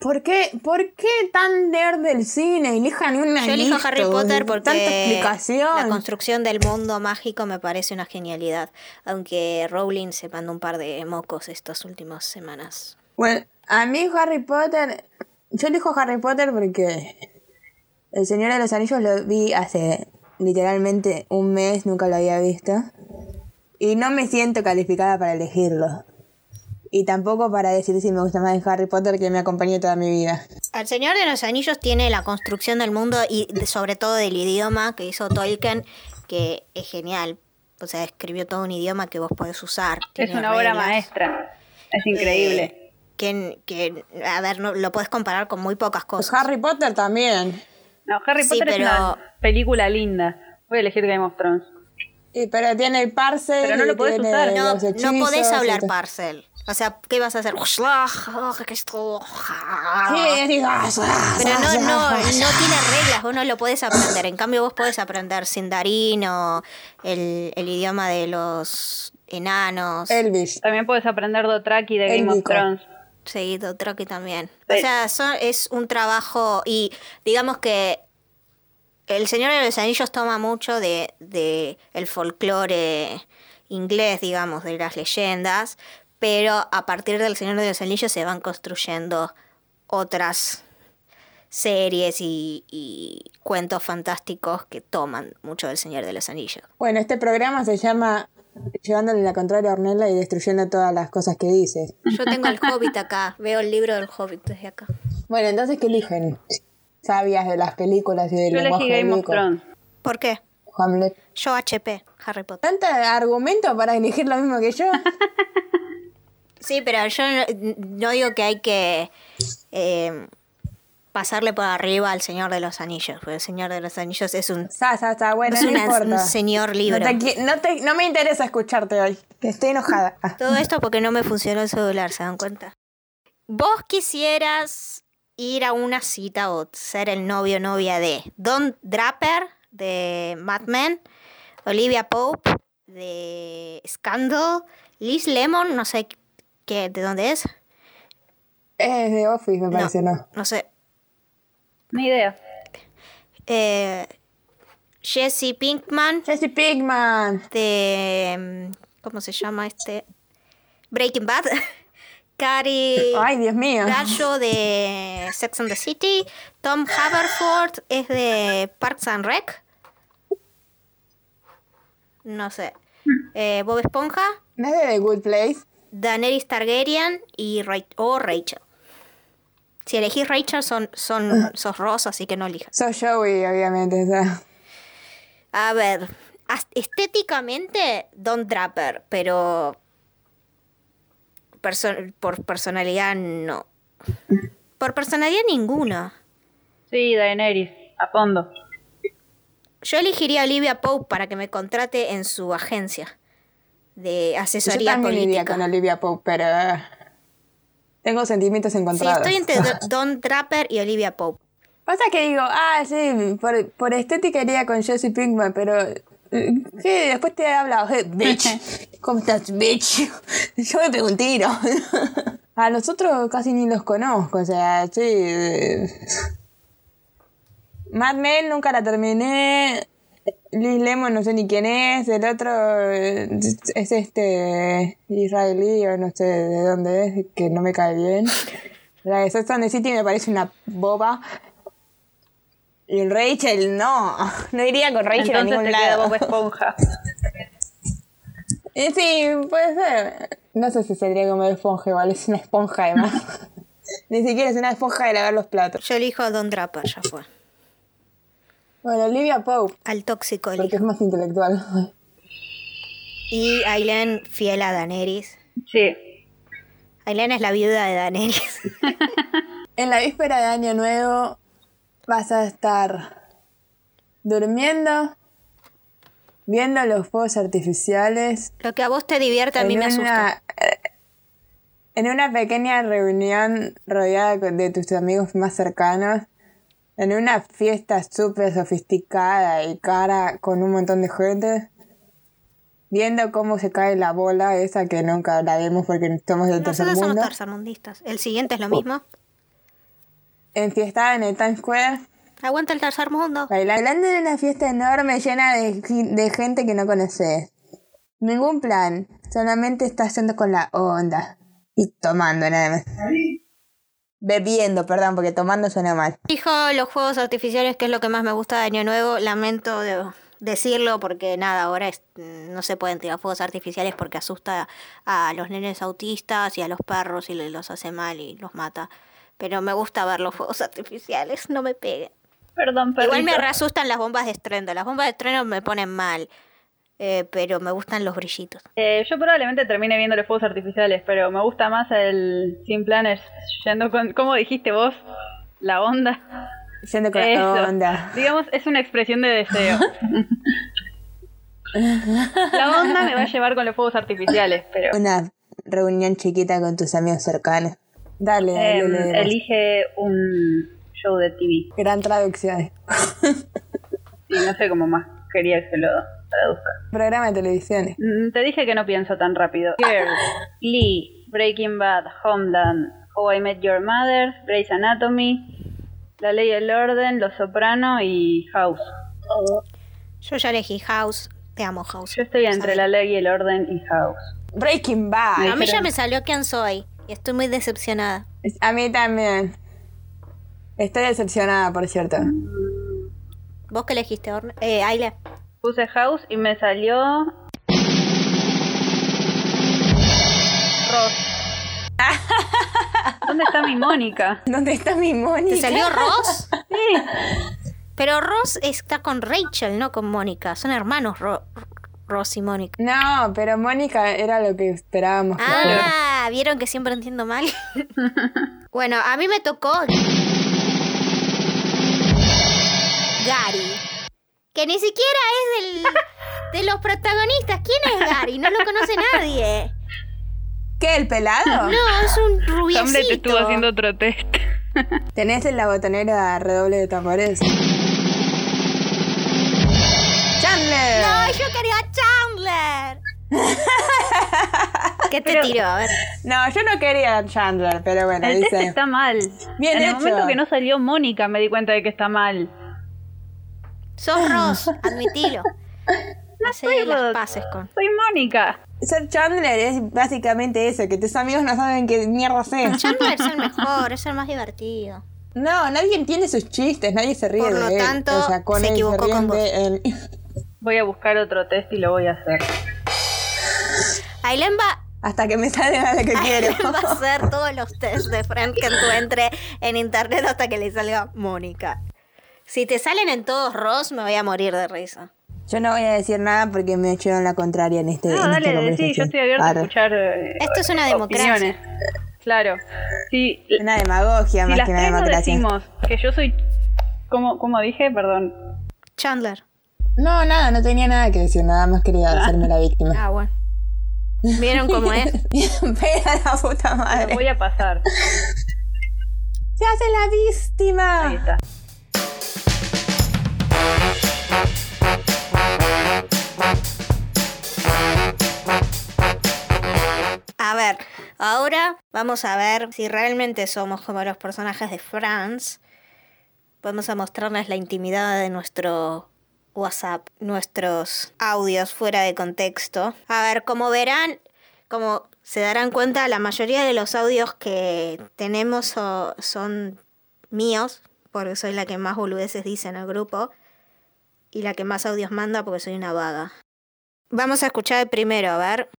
C: ¿Por qué, ¿Por qué tan nerd del cine? Elijan una
A: Yo elijo
C: Ah, listo,
A: Harry Potter porque
C: Tanta
A: la
C: explicación.
A: construcción del mundo mágico me parece una genialidad. Aunque Rowling se mandó un par de mocos estas últimas semanas.
C: Bueno, a mí Harry Potter... Yo elijo Harry Potter porque... El Señor de los Anillos lo vi hace literalmente un mes, nunca lo había visto. Y no me siento calificada para elegirlo. Y tampoco para decir si me gusta más Harry Potter que me acompañó toda mi vida.
A: El Señor de los Anillos tiene la construcción del mundo y de- sobre todo del idioma que hizo Tolkien, que es genial. O sea, escribió todo un idioma que vos podés usar.
D: Es
A: Tiene
D: una obra
A: reglas.
D: maestra. Es increíble.
A: Eh, que, que, a ver, no, lo podés comparar con muy pocas
C: Pues
A: cosas.
C: Harry Potter también.
D: No, Harry
A: sí,
D: Potter
A: pero-
D: es una película linda. Voy a elegir Game of Thrones.
C: Y pero tiene el parse.
D: Pero no lo podés usar.
A: No, no podés hablar parcel. O sea, ¿qué vas a hacer? Pero
C: ah,
A: no, no, no tiene reglas, vos no lo podés aprender. En cambio, vos podés aprender sindarino, el, el idioma de los enanos,
C: Elvis.
D: También puedes aprender Dothraki de
C: El
D: Game of
C: Nico.
D: Thrones.
A: seguido Troqui también. O
D: Sí.
A: sea, son- es un trabajo y digamos que El Señor de los Anillos toma mucho de, de el folclore inglés, digamos, de las leyendas, pero a partir del Señor de los Anillos se van construyendo otras series y, y cuentos fantásticos que toman mucho del Señor de los Anillos.
C: Bueno, este programa se llama Llevándole la contraria a Ornella y destruyendo todas las cosas que dices.
A: Yo tengo el Hobbit acá, veo el libro del Hobbit desde acá.
C: Bueno, entonces, ¿qué eligen? Sabias de las películas y del
D: Yo elegí
C: lenguaje
D: Game of
C: bíblico.
D: Thrones.
A: ¿Por qué?
C: Hamlet.
A: Yo HP, Harry Potter.
C: ¿Tanto argumento para elegir lo mismo que yo?
A: Sí, pero yo no, no digo que hay que eh, pasarle por arriba al Señor de los Anillos, porque el Señor de los Anillos es un,
C: sa, sa, sa, bueno,
A: es
C: no
A: una- un
C: importa.
A: señor
C: No,
A: libro.
C: te qui- no te- no me interesa escucharte hoy. que Estoy enojada. Ah.
A: Todo esto porque no me funcionó el celular, ¿se dan cuenta? Vos quisieras ir a una cita o ser el novio o novia de Don Draper de Mad Men, Olivia Pope de Scandal, Liz Lemon, no sé qué, de dónde es,
C: Es de Office, me parece, ¿no?
A: no sé,
D: Ni idea.
A: eh, Jesse Pinkman
C: Jesse Pigman.
A: de mm, ¿cómo se llama este? Breaking Bad Cary
C: Ay, Dios mío.
A: Gallo de Sex and the City Tom Haverford es de Parks and Rec no sé Eh, Bob Esponja
C: ¿No es de The Good Place?
A: Daenerys Targaryen y Ra- o Rachel si elegís Rachel son, son sos Ross así que no elijas
C: Soy Joey, obviamente. o sea.
A: A ver, as- estéticamente Don Draper, pero perso- por personalidad no. Por personalidad ninguna.
D: Sí, Daenerys. A fondo.
A: Yo elegiría a Olivia Pope para que me contrate en su agencia. de
C: Yo
A: asesoría
C: también
A: política.
C: iría con Olivia Pope, pero eh, tengo sentimientos
A: Sí,
C: encontrados.
A: estoy entre Do- Don Trapper y Olivia Pope.
C: Pasa que digo, ah, sí, por, por estética iría con Jesse Pinkman, pero... eh, ¿Qué? Después te he hablado, eh, bitch. ¿Cómo estás, bitch? Yo me pego un tiro. A nosotros casi ni los conozco, o sea, sí... eh. Mad Men nunca la terminé. Liz Lemon no sé ni quién es. El otro eh, es este israelí o no sé de dónde es, que no me cae bien. La de Sex and the City me parece una boba. Y el Rachel, no. No iría con Rachel a
D: Entonces
C: ningún
D: te queda
C: lado.
D: Bob Esponja.
C: Eh, sí, puede ser. No sé si sería como de esponja, igual es una esponja además. ni siquiera es una esponja de lavar los platos.
A: Yo elijo a Don Trapper, ya fue.
C: Bueno, Olivia Pope,
A: Al tóxico elijo.
C: porque es más intelectual.
A: Y Aileen fiel a Daenerys.
D: Sí.
A: Aileen es la viuda de Daenerys.
C: En la víspera de Año Nuevo vas a estar durmiendo, viendo los fuegos artificiales,
A: Lo que a vos te divierte a mí me asusta.
C: una, en una pequeña reunión rodeada con- de tus amigos más cercanos, en una fiesta súper sofisticada y cara con un montón de gente, viendo cómo se cae la bola esa que nunca la vemos porque estamos del tercer
A: Nosotros somos
C: mundo, Oh.
A: tercermundistas. El siguiente es lo mismo.
C: enfiestada en el Times Square.
A: Aguanta el tercer mundo.
C: Baila- Bailando en una fiesta enorme llena de, gi- de gente que no conoces. Ningún plan, solamente estás yendo con la onda. Y tomando nada más. Bebiendo, perdón, porque tomando suena mal.
A: Dijo los juegos artificiales que es lo que más me gusta de Año Nuevo. Lamento de- decirlo porque nada, ahora es- no se pueden tirar fuegos artificiales porque asusta a los nenes autistas y a los perros y le- los hace mal y los mata. Pero me gusta ver los fuegos artificiales, no me peguen.
D: Perdón, perdón.
A: Igual me asustan las bombas de estruendo. Las bombas de estruendo me ponen mal. Eh, pero me gustan los brillitos.
D: Eh, yo probablemente termine viendo los fuegos artificiales, pero me gusta más el Sin Planners yendo con, como dijiste vos, la onda.
C: Yendo con
D: Eso.
C: la onda.
D: Digamos, es una expresión de deseo. la onda me va a llevar con los fuegos artificiales, pero
C: Una reunión chiquita con tus amigos cercanos. Dale, dale,
D: em,
C: dale, dale.
D: elige un show de TV.
C: Gran traducción.
D: Y no sé cómo más quería que lo traduzca.
C: Programa de televisión.
D: Mm, Te dije que no pienso tan rápido. Girls, Glee, Breaking Bad, Homeland, How I Met Your Mother, Grey's Anatomy, La Ley y el Orden, Los Soprano y House.
A: Yo ya elegí House. Te amo, House.
D: Yo estoy entre La Ley y el Orden y House.
C: Breaking Bad.
A: A mí ya me salió quién soy. Y estoy muy decepcionada.
C: A mí también. Estoy decepcionada, por cierto.
A: ¿Vos qué elegiste, Orne? Eh, Aile.
D: Puse House y me salió... Ross. ¿Dónde está mi Mónica?
C: ¿Dónde está mi
A: ¿Te
C: Mónica?
A: salió Ross? Pero Ross está con Rachel, no con Mónica. Son hermanos Ro- Ross y Mónica.
C: No, pero Mónica era lo que esperábamos. que fuera.
A: Ah, ¿vieron que siempre entiendo mal? bueno, a mí me tocó... Gary. Que ni siquiera es del, de los protagonistas. ¿Quién es Gary? No lo conoce nadie.
C: ¿Qué, el pelado?
A: No, es un rubiecito.
D: otro test.
C: ¿Tenés en la botonera redoble de tambores? ¡Chandler!
A: No,
D: Eh.
A: yo quería a Chandler. ¿Qué te tiró? A ver.
C: No, yo no quería a Chandler, pero bueno,
D: El test
C: dice.
D: está mal.
C: Bien
D: en el
C: hecho.
D: momento que no salió Mónica me di cuenta de que está mal.
A: Sos Ross, admitilo. No
D: soy
A: las
D: Ross.
A: pases con.
D: Soy Mónica.
C: Ser Chandler es básicamente eso, que tus amigos no saben qué mierda es.
A: Chandler es el mejor, es el más divertido.
C: No, nadie entiende sus chistes, nadie se ríe
A: Por
C: de
A: lo
C: él.
A: tanto,
C: o sea, con
A: se
C: él
A: equivocó
C: ríen
A: con vos.
C: de él.
D: Voy a buscar otro test y lo voy a hacer.
A: Aileen va,
C: Hasta que me salga lo que quiero.
A: Aileen va a hacer todos los test de Friend que encuentre en internet hasta que le salga Mónica. Si te salen en todos Ross, me voy a morir de risa.
C: Yo no voy a decir nada porque me echaron la contraria en este.
D: No,
C: en esta
D: Ah, dale, decí, yo
C: conversación.
D: estoy abierta
C: Arre.
D: a escuchar eh,
A: Esto es una
D: opiniones.
A: democracia.
D: Claro. Si, si
C: Una demagogia más
D: las
C: que una
D: tres no
C: democracia.
D: decimos que yo soy... ¿Cómo, cómo dije? Perdón.
A: Chandler.
D: Ah.
C: No, nada, no tenía nada que decir, nada más quería hacerme la víctima.
A: Ah, bueno.
F: ¿Vieron cómo es?
C: Bien peda la puta
D: Lo
C: madre.
D: voy a pasar.
C: ¡Se hace la
D: Ahí
C: víctima!
D: está.
A: A ver, ahora vamos a ver si realmente somos como los personajes de Franz. Vamos a mostrarles la intimidad de nuestro WhatsApp, nuestros audios fuera de contexto. A ver, como verán, como se darán cuenta, la mayoría de los audios que tenemos so- son míos, porque soy la que más boludeces dice en el grupo, y la que más audios manda porque soy una vaga. Vamos a escuchar el primero, a ver.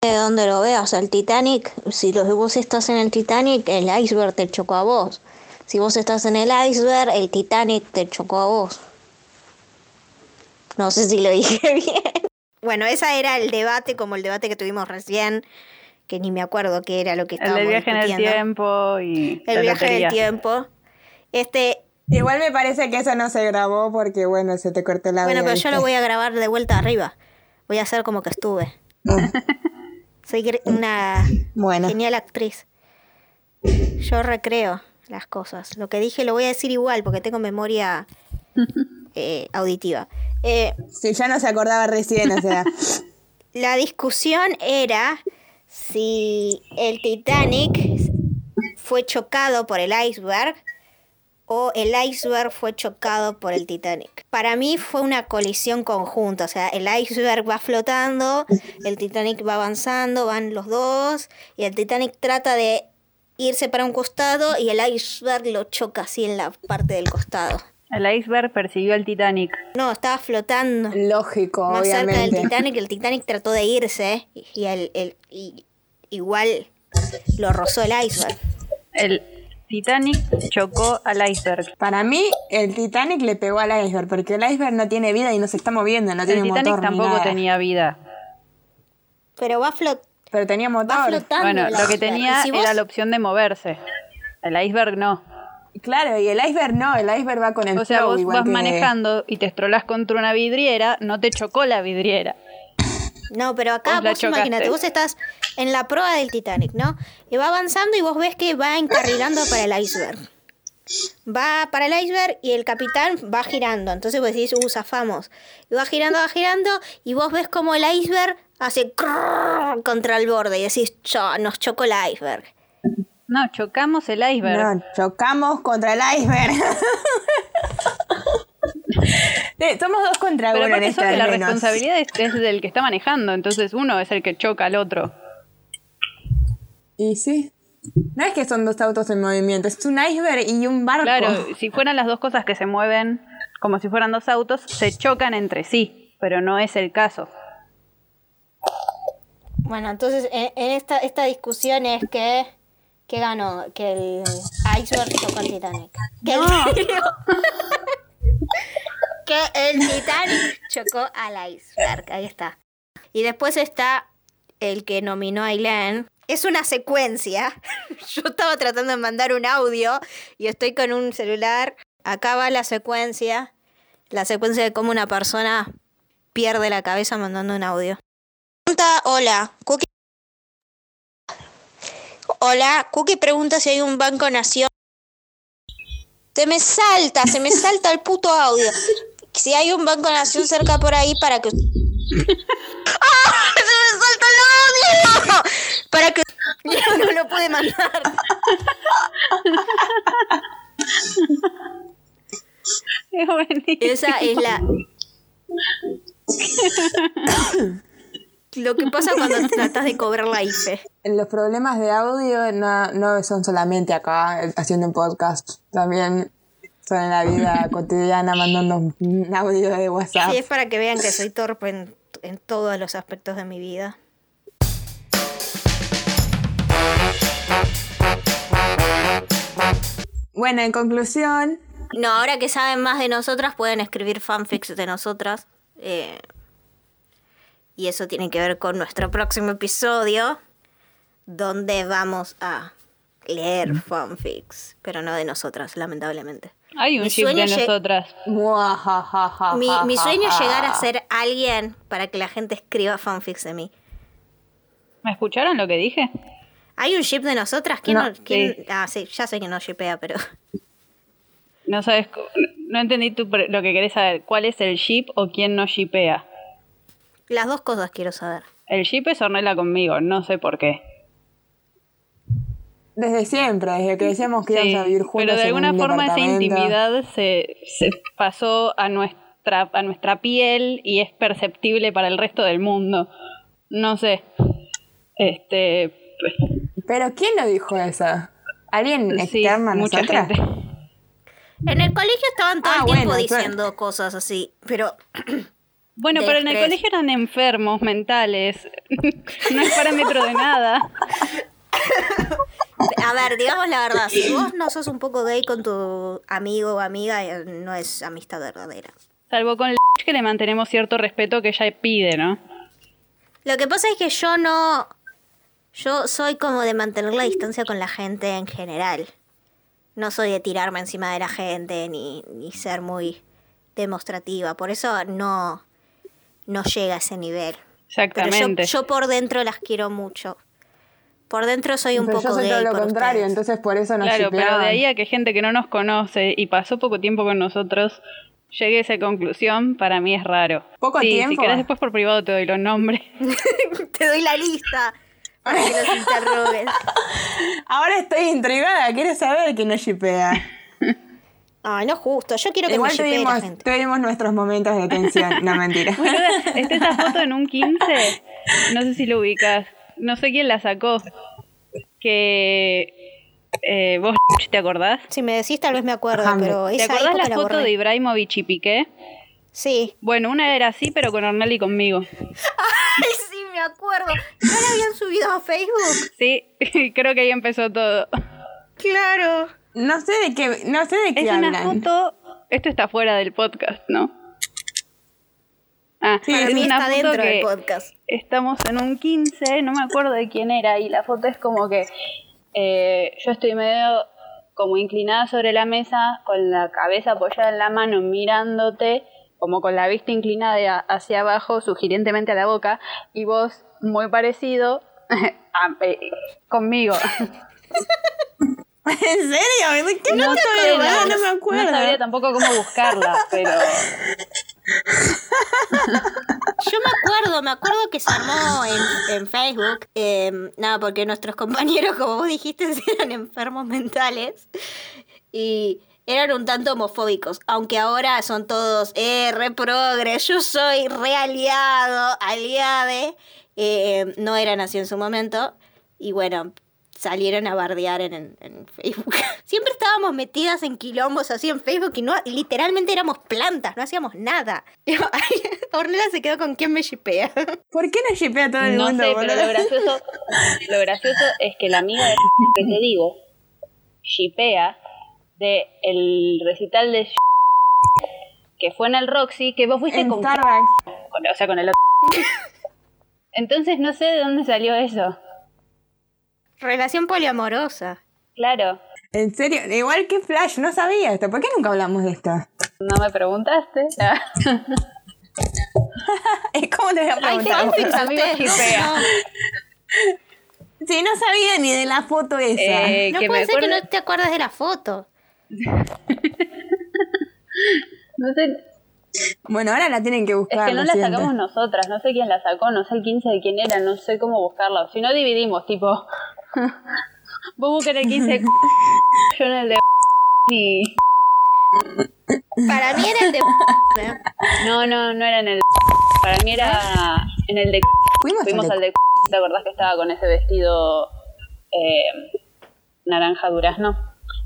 B: De donde lo veas, el Titanic, si los- vos estás en el Titanic, el iceberg te chocó a vos. Si vos estás en el iceberg, el Titanic te chocó a vos. No sé si lo dije bien.
A: Bueno, ese era el debate, como el debate que tuvimos recién, que ni me acuerdo qué era lo que
D: El
A: estábamos
D: del viaje en el
A: discutiendo.
D: tiempo y.
A: El
D: la
A: viaje
D: lotería.
A: del tiempo. Este,
C: Igual me parece que eso no se grabó porque, bueno, se te cortó la
A: bueno, pero yo lo voy a grabar de vuelta arriba. Voy a hacer como que estuve. Soy gr- una
C: Bueno,
A: genial actriz. Yo recreo las cosas. Lo que dije lo voy a decir igual porque tengo memoria eh, auditiva. Eh,
C: si ya no se acordaba recién, o sea,
A: La discusión era si el Titanic fue chocado por el iceberg o el iceberg fue chocado por el Titanic. Para mí fue una colisión conjunta, o sea, el iceberg va flotando, el Titanic va avanzando, van los dos y el Titanic trata de irse para un costado y el iceberg lo choca así en la parte del costado.
D: El iceberg persiguió al Titanic.
A: No, estaba flotando
C: lógico,
A: más cerca del
C: obviamente.
A: Titanic, el Titanic trató de irse y el, el- y- igual lo rozó el iceberg.
D: El Titanic chocó al iceberg.
C: Para mí, el Titanic le pegó al iceberg, porque el iceberg no tiene vida y no se está moviendo, no
D: El
C: tiene
D: Titanic
C: motor ni
D: tampoco
C: nada.
D: tenía vida.
A: Pero va, flot-
C: Pero tenía
A: va
C: motor.
A: flotando.
D: Bueno,
A: el
D: lo que
A: iceberg.
D: tenía
A: Y si vos-
D: era la opción de moverse. El iceberg no.
C: Claro, y el iceberg no, el iceberg va con el
D: O sea,
C: flow,
D: vos
C: igual
D: vas
C: que-
D: manejando y te estrolás contra una vidriera, no te chocó la vidriera.
A: No, pero acá
D: Vos la
A: vos imagínate,
D: chocaste.
A: vos estás en la proa del Titanic, ¿no? Y va avanzando y vos ves que va encarrilando para el iceberg. Va para el iceberg y el capitán va girando. Entonces vos decís, uh, zafamos. Y va girando, va girando y vos ves como el iceberg hace crrrr contra el borde y decís, "Cho, nos chocó el iceberg.
D: No, chocamos el iceberg.
C: No, chocamos contra el iceberg. Eh, Somos dos contra
D: Pero
C: uno en
D: aparte
C: esto
D: eso que
C: al
D: la
C: menos.
D: responsabilidad es, es del que está manejando, entonces uno es el que choca al otro.
C: Y sí. No es que son dos autos en movimiento, es un iceberg y un barco.
D: Claro, si fueran las dos cosas que se mueven como si fueran dos autos, se chocan entre sí, pero no es el caso.
A: Bueno, entonces en, en esta, esta discusión es que, que ganó, que el iceberg chocó el Titanic. Que, el, que el Titanic chocó al iceberg, ahí está. Y después está el que nominó a Eileen. Es una secuencia. Yo estaba tratando de mandar un audio y estoy con un celular. Acá va la secuencia. La secuencia de cómo una persona pierde la cabeza mandando un audio.
B: Pregunta, hola, Cookie. Hola, Cookie pregunta si hay un Banco Nación. Se me salta, se me salta el puto audio. Si hay un Banco Nación cerca por ahí para que... ¡Ah! ¡Se ¡Ah! me salta el audio! Para que...
A: no lo pude mandar.
D: Es buenísimo.
A: Esa es la. Lo que pasa cuando tratas de cobrar la IFE.
C: Los problemas de audio no, no son solamente acá, eh, haciendo un podcast. También son en la vida cotidiana, mandando un- un audio de WhatsApp.
A: Sí, es para que vean que soy torpe en, en todos los aspectos de mi vida.
C: Bueno, en conclusión,
A: No, ahora que saben más de nosotras, pueden escribir fanfics de nosotras. eh, y eso tiene que ver con nuestro próximo episodio, donde vamos a leer fanfics, pero no de nosotras, lamentablemente.
D: Hay un
A: Mi
D: chip de
A: sueño lleg-
D: nosotras.
C: Ah,
E: Muajajaja.
A: Mi, mi sueño es llegar a ser alguien para que la gente escriba fanfics de mí.
D: ¿Me escucharon lo que dije?
A: ¿Hay un ship de nosotras? ¿Quién
C: No,
A: no- quién- Ah, sí, ya sé que no shipea, pero.
D: No sabes, cu- no entendí tu pre- lo que querés saber. ¿Cuál es el ship o quién no shipea?
A: Las dos cosas quiero saber.
D: El ship es Ornella conmigo, no sé por qué.
C: Desde siempre, desde que decíamos que
D: Sí,
C: íbamos a vivir juntos.
D: pero de
C: en un
D: alguna forma esa
C: departamento.
D: intimidad se, se pasó a nuestra, a nuestra piel y es perceptible para el resto del mundo. No sé. Este.
C: Pero ¿quién lo dijo eso? ¿Alguien
D: Sí,
C: externo a
D: mucha
C: nosotras?
D: gente.
A: En el colegio estaban todo
C: Ah,
A: el tiempo
C: bueno, claro.
A: diciendo cosas así, pero
D: Bueno,
A: De
D: pero
A: las
D: en el
A: tres.
D: colegio eran enfermos mentales. no es parámetro de nada.
A: a ver, digamos la verdad, si vos no sos un poco gay con tu amigo o amiga, eh, no es amistad verdadera.
D: Salvo con el que le mantenemos cierto respeto que ella pide, ¿no?
A: Lo que pasa es que yo no. Yo soy como de mantener la distancia con la gente en general. No soy de tirarme encima de la gente ni, ni ser muy demostrativa. Por eso no, no llega a ese nivel. Pero yo,
D: Exactamente.
A: yo por dentro las quiero mucho. Por dentro soy un
C: Pero
A: poco
C: yo soy
A: gay
C: todo lo
A: por
C: contrario,
A: ustedes.
C: entonces por eso nos
D: claro, pero
C: shippeaban.
D: de ahí a que gente que no nos conoce y pasó poco tiempo con nosotros llegue a esa conclusión, para mí es raro.
C: ¿Poco
D: Sí, Si
C: tiempo?
D: querés después por privado te doy los nombres.
A: Te doy la lista para que los interrogues.
C: Ahora estoy intrigada, quiero saber quién nos shippea.
A: Ay, no es justo. Yo quiero que
C: Igual
A: me shippee la
C: tuvimos,
A: gente.
C: tuvimos nuestros momentos de tensión, no mentira.
D: Está esa foto en un 15, no sé si lo ubicas, no sé quién la sacó, que eh, vos te acordás.
A: Si me decís, tal vez me acuerdo,
C: Ajá,
A: pero
D: ¿Te
A: esa
D: acordás
A: época
D: la foto
A: borré.
D: de Ibrahimovic y Piqué?
A: Sí.
D: Bueno, una era así, pero con Ornelli y conmigo.
A: Ay, sí, me acuerdo. ¿No la habían subido a Facebook?
D: Sí, creo que ahí empezó todo.
A: Claro.
C: No sé de qué, no sé de qué
D: Es una
C: hablan.
D: foto. Esto está fuera del podcast, ¿no? Ah,
C: Sí,
A: Para
D: es
A: mí
D: una
A: está
D: foto
A: dentro del
D: que
A: podcast.
D: estamos en un 15, no me acuerdo de quién era, y la foto es como que eh, yo estoy medio como inclinada sobre la mesa, con la cabeza apoyada en la mano, mirándote, como con la vista inclinada de a- hacia abajo, sugerentemente a la boca, y vos muy parecido a- eh, conmigo.
C: ¿En serio? ¿De qué foto
D: sé,
C: era?
D: no-
C: No me
D: No sabría
C: acuerdo.
D: tampoco cómo buscarla, pero...
A: Yo me acuerdo, me acuerdo que se armó en, en Facebook. eh, nada, porque nuestros compañeros, como vos dijiste, eran enfermos mentales. Y eran un tanto homofóbicos. Aunque ahora son todos, eh, re progre, yo soy re aliado, aliade. eh, no eran así en su momento. Y bueno, salieron a bardear en, en- en Facebook. Siempre estábamos metidas en quilombos así en Facebook y no y literalmente éramos plantas, no hacíamos nada. Ornella se quedó con quien me shipea.
C: ¿Por qué nos shippea
A: Ah,
C: todo el
D: No
C: mundo?
D: sé, pero
C: boludo?
D: lo gracioso, lo gracioso es que la amiga de que te digo, shipea, de el recital de que fue en el Roxy, que vos fuiste
C: En
D: con,
C: Starbucks.
D: con- o sea, con el otro. Entonces no sé de dónde salió eso.
A: Relación poliamorosa.
D: Claro,
C: En serio, igual que Flash, no sabía esto. ¿Por qué nunca hablamos de esto?
D: no me preguntaste.
C: ¿Cómo te voy a
A: Ay,
C: preguntar?
A: fanfics a
D: Amigos
A: ustedes,
D: shipea.
A: no, no.
C: Sí, no sabía ni de la foto esa.
D: Eh,
A: No
D: que me
A: puede ser
D: acuerdo,
A: que no te acuerdes de la foto.
D: no sé,
C: Bueno, ahora la tienen que
D: Es
C: buscar.
D: que no
C: lo
D: la
C: siento.
D: sacamos nosotras, no sé quién la sacó, no sé el 15 de quién era, no sé cómo buscarla. Si no dividimos, tipo, vos buscar el 15 de yo en el de y...
A: Para mí era el de...
D: No, no, no era en el de para mí era en el de
C: Fuimos,
D: fuimos
C: al
D: al
C: de-
D: de ¿te acordás que estaba con ese vestido eh, naranja durazno?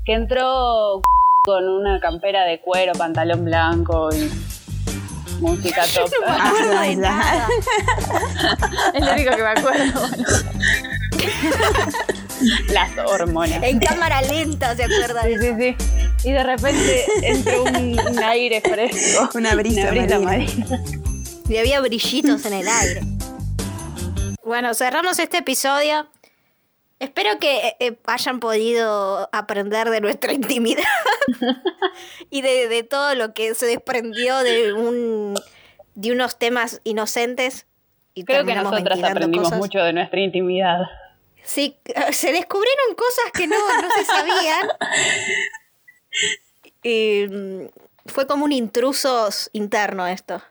D: Que entró con una campera de cuero, pantalón blanco y música top.
C: Ah, ya.
D: Es lo único que me acuerdo. Las hormonas.
A: En cámara lenta, ¿se acuerdan?
D: Sí, sí, sí. Y de repente entró un, un aire fresco.
C: Una brisa
D: Una brisa
C: marina.
D: marina.
A: Y había brillitos en el aire. Bueno, cerramos este episodio. Espero que eh, eh, hayan podido aprender de nuestra intimidad y de, de todo lo que se desprendió de un de unos temas inocentes. Y
D: Creo que
A: terminamos
D: nosotras
A: ventilando
D: aprendimos
A: cosas.
D: mucho de nuestra intimidad.
A: Sí, se descubrieron cosas que no, no se sabían. Y, mm, fue como un intruso s- interno esto.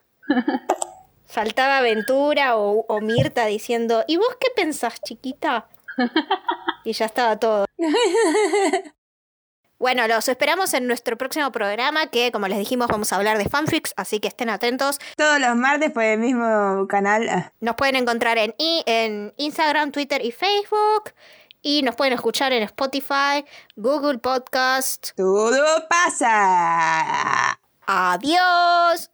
A: Faltaba Ventura o, o Mirta diciendo, ¿y vos qué pensás, chiquita? Y ya estaba todo. Bueno, los esperamos en nuestro próximo programa que, como les dijimos, vamos a hablar de fanfics, así que estén atentos.
C: Todos los martes por el mismo canal. Ah,
A: Nos pueden encontrar en, i- en Instagram, Twitter y Facebook. Y nos pueden escuchar en Spotify, Google Podcast.
C: Todo pasa.
A: Adiós.